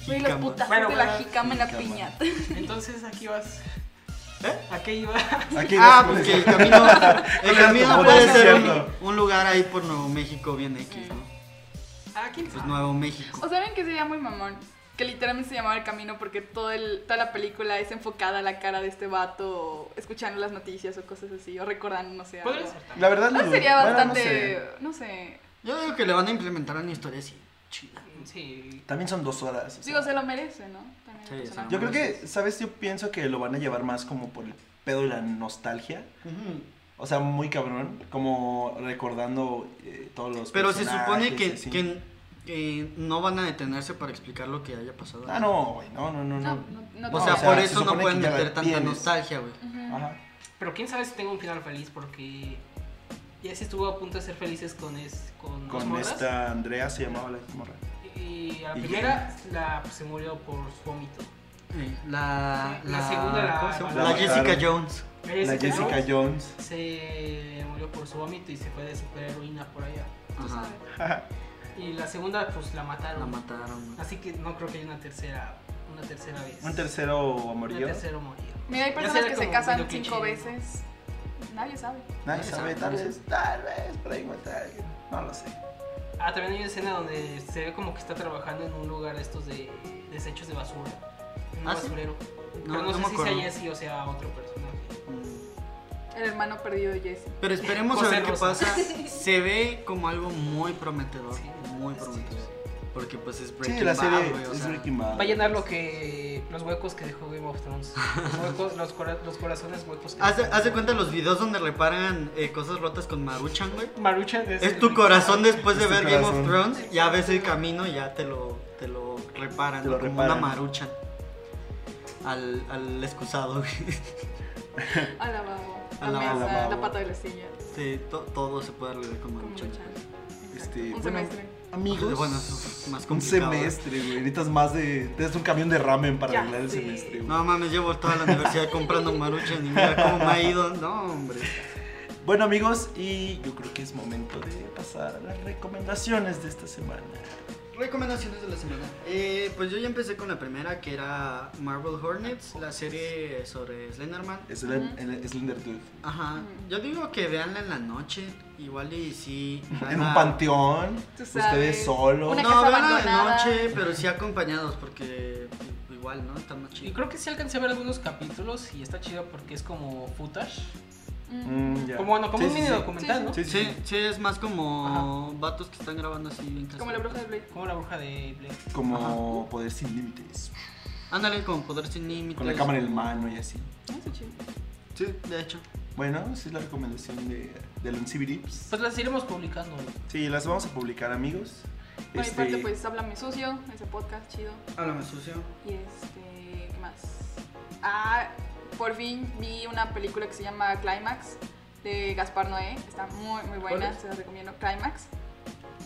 Speaker 4: Güey, los
Speaker 2: Jícama.
Speaker 4: putazos
Speaker 3: Bueno,
Speaker 4: de la
Speaker 3: bueno,
Speaker 4: jícama en la
Speaker 1: jícama.
Speaker 4: piñata. *laughs*
Speaker 3: Entonces aquí vas.
Speaker 2: ¿Eh?
Speaker 3: ¿A qué iba? *laughs*
Speaker 1: Aquí
Speaker 2: Ah,
Speaker 1: vas con
Speaker 2: pues que
Speaker 1: eso. *laughs*
Speaker 2: el camino, el
Speaker 1: Colgando
Speaker 2: camino
Speaker 1: como
Speaker 2: puede
Speaker 1: todo
Speaker 2: ser un,
Speaker 1: desierto.
Speaker 2: un lugar ahí por Nuevo México bien X, ¿no?
Speaker 3: ¿A Ah, quién
Speaker 2: Pues
Speaker 3: sabe?
Speaker 2: Nuevo México.
Speaker 4: ¿O saben que sería muy mamón? Que literalmente se llamaba El Camino porque todo el, toda la película es enfocada a la cara de este vato, o escuchando las noticias o cosas así, o recordando, no sé. algo.
Speaker 3: Podría ser también.
Speaker 1: La verdad
Speaker 4: Eso
Speaker 1: lo-
Speaker 4: sería
Speaker 1: bueno, no
Speaker 4: bastante.
Speaker 1: sé.
Speaker 4: no, sé.
Speaker 2: Yo digo que le van a implementar una historia así chida.
Speaker 3: Sí.
Speaker 1: También son dos horas. o sea.
Speaker 4: Digo, se lo merece, ¿no? También
Speaker 2: Sí,
Speaker 4: el
Speaker 2: o sea,
Speaker 4: personaje.
Speaker 1: Yo creo que, ¿sabes? Yo pienso que lo van a llevar más como por el pedo de la nostalgia. O sea, muy cabrón. Como recordando eh, todos los.
Speaker 2: Pero se supone que,
Speaker 1: personajes y así.
Speaker 2: que, que no van a detenerse para explicar lo que haya pasado.
Speaker 1: Ah, no, güey. No, no, no.
Speaker 4: No,
Speaker 1: no.
Speaker 4: no, no
Speaker 2: O
Speaker 4: todo.
Speaker 2: sea,
Speaker 1: o sea,
Speaker 2: por
Speaker 1: se
Speaker 2: eso no
Speaker 1: supone
Speaker 2: pueden
Speaker 1: que ya la
Speaker 2: meter tanta
Speaker 1: tienes.
Speaker 2: nostalgia, güey.
Speaker 4: Ujú.
Speaker 1: Ajá.
Speaker 3: Pero quién sabe si tengo un final feliz porque. Ya se estuvo a punto de ser felices con es, con, dos
Speaker 1: Con
Speaker 3: morras.
Speaker 1: esta Andrea se llamaba la morra.
Speaker 3: Y a la
Speaker 1: Y-
Speaker 3: primera la, pues, se murió por su vómito.
Speaker 2: Eh, La,
Speaker 3: La segunda, la-
Speaker 2: ¿cómo se llama?
Speaker 1: la
Speaker 2: La Jessica
Speaker 1: mataron.
Speaker 2: Jones.
Speaker 1: La Jessica Jones.
Speaker 3: se murió por su vómito y se fue de superheroína por allá.
Speaker 2: Ajá,
Speaker 1: Ajá.
Speaker 3: Y la segunda, pues la mataron.
Speaker 2: la mataron. güey.
Speaker 3: Así que no creo que haya una tercera, una tercera vez.
Speaker 1: Un tercero
Speaker 3: Una
Speaker 1: amorío.
Speaker 3: tercero morido.
Speaker 4: Mira, hay
Speaker 3: Ya
Speaker 4: personas
Speaker 3: será
Speaker 4: que se
Speaker 3: como
Speaker 4: casan
Speaker 3: medio
Speaker 4: cinco
Speaker 3: cliché.
Speaker 4: veces. Nadie sabe.
Speaker 1: Nadie
Speaker 2: Nadie
Speaker 1: sabe,
Speaker 2: sabe,
Speaker 1: tal
Speaker 2: ¿no?
Speaker 1: vez, tal vez, por ahí encuentra alguien. No lo sé.
Speaker 3: Ah, también hay una escena donde se ve como que está trabajando en un lugar de estos de desechos de basura. En un
Speaker 2: Ah, ¿sí?
Speaker 3: basurero.
Speaker 2: No,
Speaker 3: Pero
Speaker 2: no me
Speaker 3: no, sé si sea
Speaker 2: acuerdo.
Speaker 3: Jesse o sea otro personaje.
Speaker 4: El hermano perdido de Jesse.
Speaker 2: Pero esperemos
Speaker 3: José
Speaker 2: a ver
Speaker 3: Rosa.
Speaker 2: qué pasa.
Speaker 3: *laughs*
Speaker 2: Se ve como algo muy prometedor.
Speaker 3: Sí,
Speaker 2: muy
Speaker 3: sí,
Speaker 2: prometedor. Porque pues es Breaking
Speaker 1: Sí, la
Speaker 2: Bad,
Speaker 1: serie
Speaker 2: güey, o
Speaker 1: es
Speaker 2: sea,
Speaker 1: Breaking Bad.
Speaker 3: Va a llenar lo que. los huecos que dejó Game
Speaker 2: *laughs*
Speaker 3: of Thrones. Los huecos, los, cora- los corazones huecos que
Speaker 2: Haz de,
Speaker 3: dejó.
Speaker 2: haz de cuenta los videos donde reparan eh, cosas rotas con Maruchan, güey.
Speaker 3: Maruchan es.
Speaker 2: Es tu corazón después de
Speaker 1: Es tu
Speaker 2: ver Game of
Speaker 1: corazón.
Speaker 2: Thrones. Ya ves el camino y ya te lo, te lo reparan.
Speaker 1: Te lo
Speaker 2: ¿no? como
Speaker 1: reparan.
Speaker 2: una Maruchan. Al, al excusado, güey. *laughs*
Speaker 4: Al lavabo.
Speaker 2: Al
Speaker 4: La
Speaker 2: lavabo.
Speaker 4: mesa, la pata de la silla.
Speaker 2: Sí, Este, to- todo se puede arreglar con
Speaker 4: Con
Speaker 2: Maruchan.
Speaker 4: mucha.
Speaker 1: Este,
Speaker 4: Un
Speaker 1: bueno,
Speaker 4: semestre.
Speaker 1: Amigos.
Speaker 2: Bueno, es más
Speaker 1: un
Speaker 2: complicado. ¿eh? güey.
Speaker 1: semestre, güey. Necesitas más de. Necesitas un camión de ramen para
Speaker 4: Ya
Speaker 1: arreglar el
Speaker 4: sé.
Speaker 1: semestre, güey.
Speaker 2: No mames, llevo toda la universidad comprando Maruchan y mira cómo me ha ido. No, hombre.
Speaker 1: Bueno, amigos, y yo creo que es momento de pasar a las recomendaciones de esta semana.
Speaker 2: Recomendaciones de la semana. Eh, pues yo ya empecé con la primera, que era Marvel Hornets, la serie sobre Slenderman.
Speaker 1: Es el,
Speaker 4: Ujú.
Speaker 1: el- Slender Dude.
Speaker 2: Ajá.
Speaker 4: Mm.
Speaker 2: Yo digo que veanla en la noche, igual y sí.
Speaker 1: En
Speaker 2: van
Speaker 1: un
Speaker 2: a-
Speaker 1: panteón,
Speaker 4: Tú
Speaker 1: ustedes
Speaker 4: sabes.
Speaker 1: solos.
Speaker 4: Una-
Speaker 2: No,
Speaker 4: casa
Speaker 2: veanla de
Speaker 4: abandonada.
Speaker 2: noche, pero sí acompañados, porque igual, ¿no? Está más
Speaker 3: Y
Speaker 2: chido.
Speaker 3: creo que sí alcancé a ver algunos capítulos y está chido porque es como footage.
Speaker 4: Mm.
Speaker 1: Mm, ya.
Speaker 3: Como bueno, como
Speaker 1: Sí,
Speaker 3: un
Speaker 1: sí,
Speaker 3: mini
Speaker 1: sí.
Speaker 3: documental, ¿no?
Speaker 1: Sí, sí,
Speaker 2: Sí,
Speaker 1: sí.
Speaker 2: sí, es más como vatos que están grabando así bien
Speaker 4: Como la
Speaker 2: casual.
Speaker 4: bruja de Blake.
Speaker 3: Como la bruja de Blake.
Speaker 1: Como poder sin límites.
Speaker 2: Ándale, con poder sin límites.
Speaker 1: Con la cámara en el mano y así.
Speaker 4: Ah, está chido.
Speaker 2: Sí, de hecho.
Speaker 1: Bueno, esa es la recomendación de, de Loncibirips.
Speaker 3: Pues las iremos publicando. ¿no?
Speaker 1: Sí, las vamos a publicar, amigos.
Speaker 4: Por mi
Speaker 1: Este,
Speaker 4: parte, pues, Háblame Sucio, ese podcast chido.
Speaker 2: Háblame sucio.
Speaker 4: Y este, ¿qué más? Ah, por fin vi una película que se llama Climax de Gaspar Noé. Está muy, muy buena,
Speaker 3: ¿Cuál es?
Speaker 4: se la recomiendo. Climax.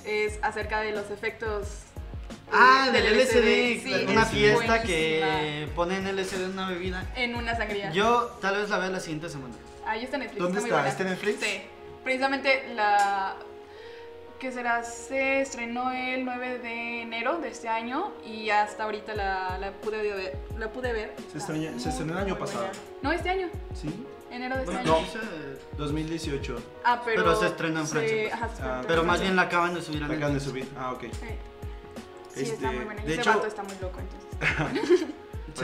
Speaker 4: Es acerca de los efectos. eh,
Speaker 2: Ah, del
Speaker 4: LSD.
Speaker 2: LSD,
Speaker 4: Sí,
Speaker 2: una
Speaker 4: es
Speaker 2: fiesta
Speaker 4: buenísima.
Speaker 2: que ponen LSD en una bebida.
Speaker 4: En una sangría.
Speaker 2: Yo tal vez la vea la siguiente semana.
Speaker 4: Ahí está Netflix.
Speaker 1: ¿Dónde
Speaker 4: muy
Speaker 1: está?
Speaker 4: buena.
Speaker 1: ¿Está en Netflix?
Speaker 4: Sí. Precisamente la. que será? Se estrenó el 9 de enero de este año y hasta ahorita la, la pude ver. La pude ver.
Speaker 1: Se
Speaker 4: Está
Speaker 1: estrenó- se
Speaker 4: muy,
Speaker 1: estrenó el año
Speaker 4: muy
Speaker 1: pasado.
Speaker 4: buena. No, este año.
Speaker 2: pues.
Speaker 1: Sí,
Speaker 4: Enero de este
Speaker 1: No.
Speaker 4: año.
Speaker 2: sí se-
Speaker 1: 2018.
Speaker 4: Ah, pero.
Speaker 2: Pero se estrenó en
Speaker 4: se-
Speaker 2: Francia, pues.
Speaker 4: ajá, se estrenó
Speaker 1: Ah,
Speaker 4: en
Speaker 2: Pero más
Speaker 4: Francia.
Speaker 2: bien la acaban de subir a
Speaker 1: La acaban de
Speaker 2: Netflix.
Speaker 1: subir. Ah, ok.
Speaker 4: Sí, sí
Speaker 1: Este,
Speaker 4: está muy buena. Y
Speaker 1: de
Speaker 4: ese
Speaker 1: hecho-
Speaker 4: vato está muy loco, entonces.
Speaker 2: Se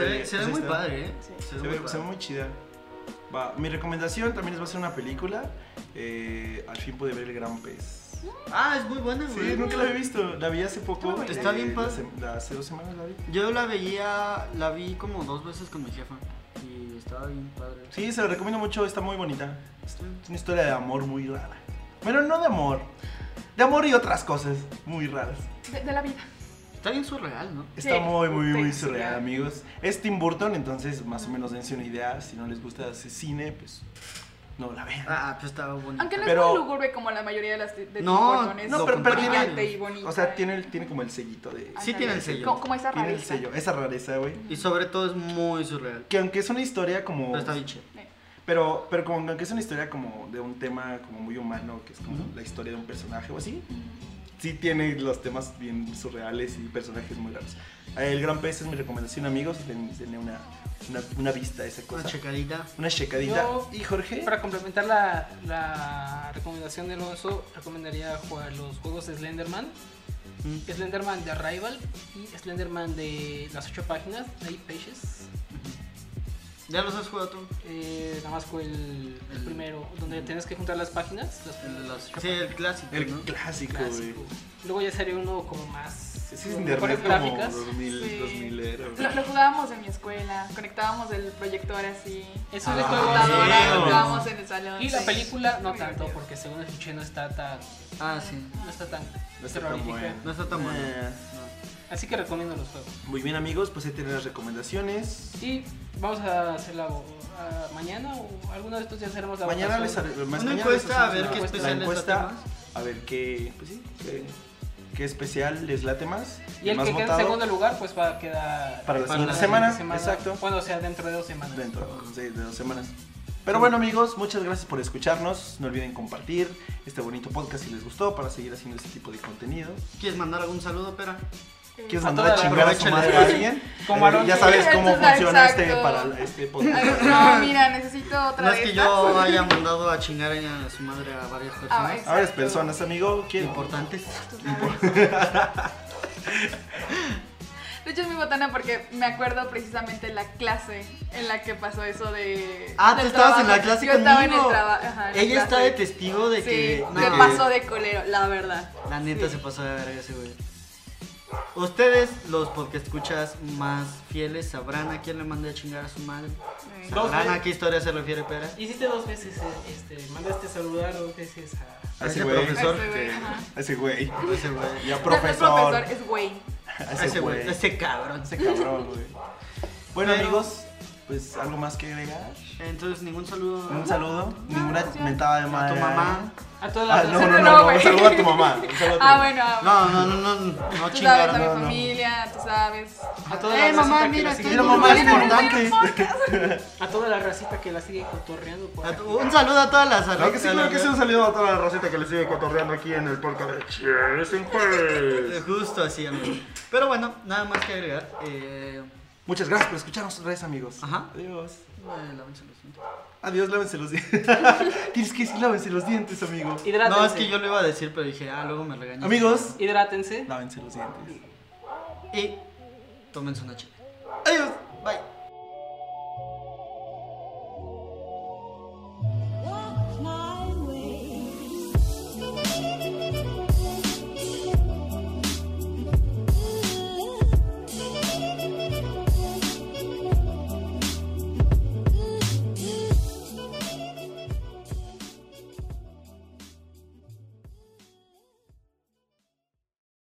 Speaker 2: ve,
Speaker 1: Pues,
Speaker 2: se ve
Speaker 1: pues
Speaker 2: muy
Speaker 1: está.
Speaker 2: padre, ¿eh?
Speaker 4: Sí.
Speaker 1: Se ve,
Speaker 2: muy
Speaker 1: se ve
Speaker 2: padre.
Speaker 1: muy chida. Va, mi recomendación también les va a ser una película. eh, al fin pude ver el gran pez.
Speaker 2: Ah, es muy buena,
Speaker 1: Sí,
Speaker 2: güey.
Speaker 1: nunca la había visto. La vi hace poco.
Speaker 2: Está bien
Speaker 1: la
Speaker 2: padre.
Speaker 1: sem- la- Hace dos semanas la vi.
Speaker 2: Yo la veía, la vi como dos veces con mi jefa. Y estaba bien padre.
Speaker 1: Sí, se la recomiendo mucho, está muy bonita. Es una historia de amor muy rara. Bueno, no de amor. De amor y otras cosas muy raras.
Speaker 4: De, de la vida.
Speaker 2: Está bien surreal, ¿no?
Speaker 1: Está
Speaker 4: Sí,
Speaker 1: muy, muy, muy
Speaker 4: sí,
Speaker 1: surreal,
Speaker 4: sí.
Speaker 1: amigos. Es Tim Burton, entonces más o menos dense una idea. Si no les gusta ese cine, pues no la vean.
Speaker 2: Ah, pues estaba bonito.
Speaker 4: Aunque no
Speaker 1: Pero-
Speaker 4: es muy lúgubre como la mayoría de las de Tim
Speaker 2: No,
Speaker 4: Burton, es
Speaker 1: no, pero- pero tiene-
Speaker 4: brillante y bonita.
Speaker 1: O sea, tiene, el- tiene como el sellito de...
Speaker 4: Ándale.
Speaker 2: Sí tiene el sello.
Speaker 4: Como, como Ah, esa
Speaker 1: Tiene el
Speaker 4: rareza.
Speaker 1: sello, esa rareza, güey.
Speaker 2: Y sobre todo es muy surreal.
Speaker 1: Que aunque es una historia como...
Speaker 2: Pero está bien chévere.
Speaker 1: Pero, pero como aunque es una historia como de un tema como muy humano, que es como
Speaker 2: Ujú.
Speaker 1: la historia de un personaje o así, sí tiene los temas bien surreales y personajes muy raros. El Gran Pez es mi recomendación, amigos, y ten- denle una, una, una vista a esa
Speaker 2: Una
Speaker 1: cosa.
Speaker 2: checadita.
Speaker 1: Una checadita.
Speaker 3: Yo-
Speaker 1: ¿Y Jorge?
Speaker 3: Para complementar la, la recomendación del oso, recomendaría jugar los juegos de Slenderman.
Speaker 2: Mm.
Speaker 3: Slenderman de Arrival y Slenderman de las 8 páginas, de 8 pages.
Speaker 2: ¿Ya los has jugado tú?
Speaker 3: Eh, nada más con el,
Speaker 1: Mm.
Speaker 3: el primero, donde tienes que juntar las páginas. Las,
Speaker 2: El de los-
Speaker 3: ocho
Speaker 2: Sí, el clásico,
Speaker 1: El
Speaker 2: ¿no?
Speaker 1: clásico,
Speaker 3: páginas,
Speaker 1: güey.
Speaker 3: clásico. Luego ya salió uno como más.
Speaker 1: Ese es
Speaker 3: con
Speaker 1: internet
Speaker 3: mejores
Speaker 1: como
Speaker 3: gráficas.
Speaker 1: 2000,
Speaker 4: Sí.
Speaker 1: 2000 era, güey.
Speaker 4: Lo, lo jugábamos en mi escuela, conectábamos el proyector así.
Speaker 3: Es
Speaker 4: a
Speaker 2: Ah,
Speaker 3: un
Speaker 4: la
Speaker 3: juego.
Speaker 4: computadora,
Speaker 2: Sí.
Speaker 4: lo jugábamos en el salón.
Speaker 3: Y la
Speaker 4: sí.
Speaker 3: película no
Speaker 4: Muy
Speaker 3: tanto,
Speaker 4: divertido.
Speaker 3: porque según escuché no está tan.
Speaker 2: Ah, sí.
Speaker 3: No está tan.
Speaker 1: No está tan
Speaker 3: terrorífica.
Speaker 1: bueno.
Speaker 2: No está tan bueno.
Speaker 1: Eh,
Speaker 2: No.
Speaker 3: Así que recomiendo los juegos.
Speaker 1: Muy bien, amigos, pues ahí tienen las recomendaciones.
Speaker 3: Y vamos a hacerla o- a- mañana o alguno de estos días haremos la
Speaker 1: Mañana les
Speaker 3: votación.
Speaker 1: haré- más
Speaker 2: Una
Speaker 1: mañana
Speaker 2: encuesta,
Speaker 1: les
Speaker 2: a
Speaker 1: hacemos
Speaker 2: ver
Speaker 1: la-
Speaker 3: qué
Speaker 1: la
Speaker 2: especial les
Speaker 1: encuesta,
Speaker 2: late más.
Speaker 1: A ver qué, pues sí, qué, qué especial les late más.
Speaker 3: Y el
Speaker 1: más
Speaker 3: que quede en
Speaker 1: votado
Speaker 3: segundo lugar, pues va a quedar.
Speaker 1: Para la
Speaker 2: para la
Speaker 1: siguiente
Speaker 2: siguiente
Speaker 1: semana, exacto.
Speaker 3: Bueno, o sea, dentro de dos semanas.
Speaker 1: Dentro sí, de dos semanas. Pero bueno amigos, muchas gracias por escucharnos. No olviden compartir este bonito podcast si les gustó para seguir haciendo este tipo de contenido.
Speaker 2: ¿Quieres mandar algún saludo, Pera?
Speaker 1: ¿Quieres
Speaker 3: A
Speaker 1: mandar a
Speaker 3: toda la-
Speaker 1: chingar a su madre a *laughs* alguien?
Speaker 3: Como Aarón.
Speaker 1: ya sabes cómo
Speaker 4: Exacto.
Speaker 1: funciona este, para este
Speaker 4: Ay,
Speaker 1: *laughs* podcast.
Speaker 4: No, mira, necesito otra
Speaker 2: No es
Speaker 4: vez.
Speaker 2: que
Speaker 4: *laughs*
Speaker 2: yo haya mandado a chingar a su madre a varias
Speaker 4: Ah,
Speaker 2: personas
Speaker 4: es
Speaker 1: A ver, personas, amigo, ¿quién?
Speaker 2: importantes. *laughs*
Speaker 4: De hecho es muy botana porque me acuerdo precisamente la clase en la que pasó eso de.
Speaker 2: Ah,
Speaker 4: del
Speaker 2: tú estabas en la
Speaker 4: trabajo.
Speaker 2: clase
Speaker 4: Yo estaba en el
Speaker 2: conmigo.
Speaker 4: trabajo. ajá, en la
Speaker 2: Ella está
Speaker 4: clase.
Speaker 2: de testigo de
Speaker 4: sí,
Speaker 2: que.
Speaker 4: me
Speaker 2: de que-
Speaker 4: pasó de colero, la verdad.
Speaker 2: La neta
Speaker 4: Sí.
Speaker 2: se pasó de verga ese güey. Ustedes, los porque escuchas más fieles, sabrán a quién le mandé a chingar a su madre.
Speaker 4: Sí.
Speaker 3: Dos
Speaker 2: Sabrán a
Speaker 3: veces.
Speaker 2: qué historia se refiere Pera.
Speaker 3: Hiciste dos veces, eh, este, mandaste saludar dos veces a.
Speaker 1: A ese
Speaker 2: Ese
Speaker 1: güey.
Speaker 2: profesor.
Speaker 4: Ese güey,
Speaker 1: que-
Speaker 4: ajá.
Speaker 1: a ese güey.
Speaker 2: Ese güey.
Speaker 1: Y a
Speaker 4: No, no es
Speaker 1: profesor.
Speaker 4: profesor, es güey.
Speaker 1: A
Speaker 2: Ese güey. Ese cabrón.
Speaker 1: Ese cabrón, güey. Bueno,
Speaker 2: Pero-
Speaker 1: amigos, pues algo más que agregar.
Speaker 2: Entonces, ningún saludo.
Speaker 1: Un saludo, ninguna
Speaker 4: no, sí.
Speaker 1: mentada de
Speaker 2: a
Speaker 1: madre.
Speaker 2: tu mamá.
Speaker 3: A todas las
Speaker 1: Ah, no, no,
Speaker 4: No,
Speaker 1: no,
Speaker 4: no,
Speaker 1: no, un
Speaker 4: güey.
Speaker 1: saludo a tu mamá. un saludo a tu
Speaker 4: Ah,
Speaker 1: mamá.
Speaker 4: bueno, ah, bueno.
Speaker 2: No, no, no, no, no, no
Speaker 4: Tú sabes, a
Speaker 2: chingaron.
Speaker 4: mi
Speaker 1: no, no.
Speaker 4: familia, tú sabes.
Speaker 3: A toda la
Speaker 4: eh, mamá,
Speaker 3: racita que
Speaker 4: mira,
Speaker 3: la
Speaker 4: estoy
Speaker 3: sigue.
Speaker 1: Mira,
Speaker 4: muy
Speaker 1: mamá, es
Speaker 4: buena, mira,
Speaker 1: importante.
Speaker 3: A toda la racita que la sigue cotorreando por
Speaker 2: A
Speaker 3: aquí.
Speaker 2: tu- Un saludo a todas las
Speaker 1: Claro que sí,
Speaker 2: a
Speaker 1: claro que sí,
Speaker 2: las-
Speaker 1: un saludo a toda la rosita que le sigue cotorreando aquí en el podcast. de Cheers and Jueves.
Speaker 2: Justo así, amigo. Pero bueno, nada más que agregar. Eh,
Speaker 1: Muchas gracias por escucharnos otra vez, amigos.
Speaker 2: Ajá.
Speaker 1: Adiós.
Speaker 2: eh, lávense los dientes.
Speaker 1: Adiós, lávense los dientes. *laughs* Tienes que decir lávense los dientes, amigo.
Speaker 3: Hidrátense.
Speaker 2: no, es que yo lo iba a decir, pero dije, ah, luego me regañan.
Speaker 1: Amigos,
Speaker 3: Hidrátense.
Speaker 1: lávense los dientes.
Speaker 2: Y tómense una chela.
Speaker 1: Adiós.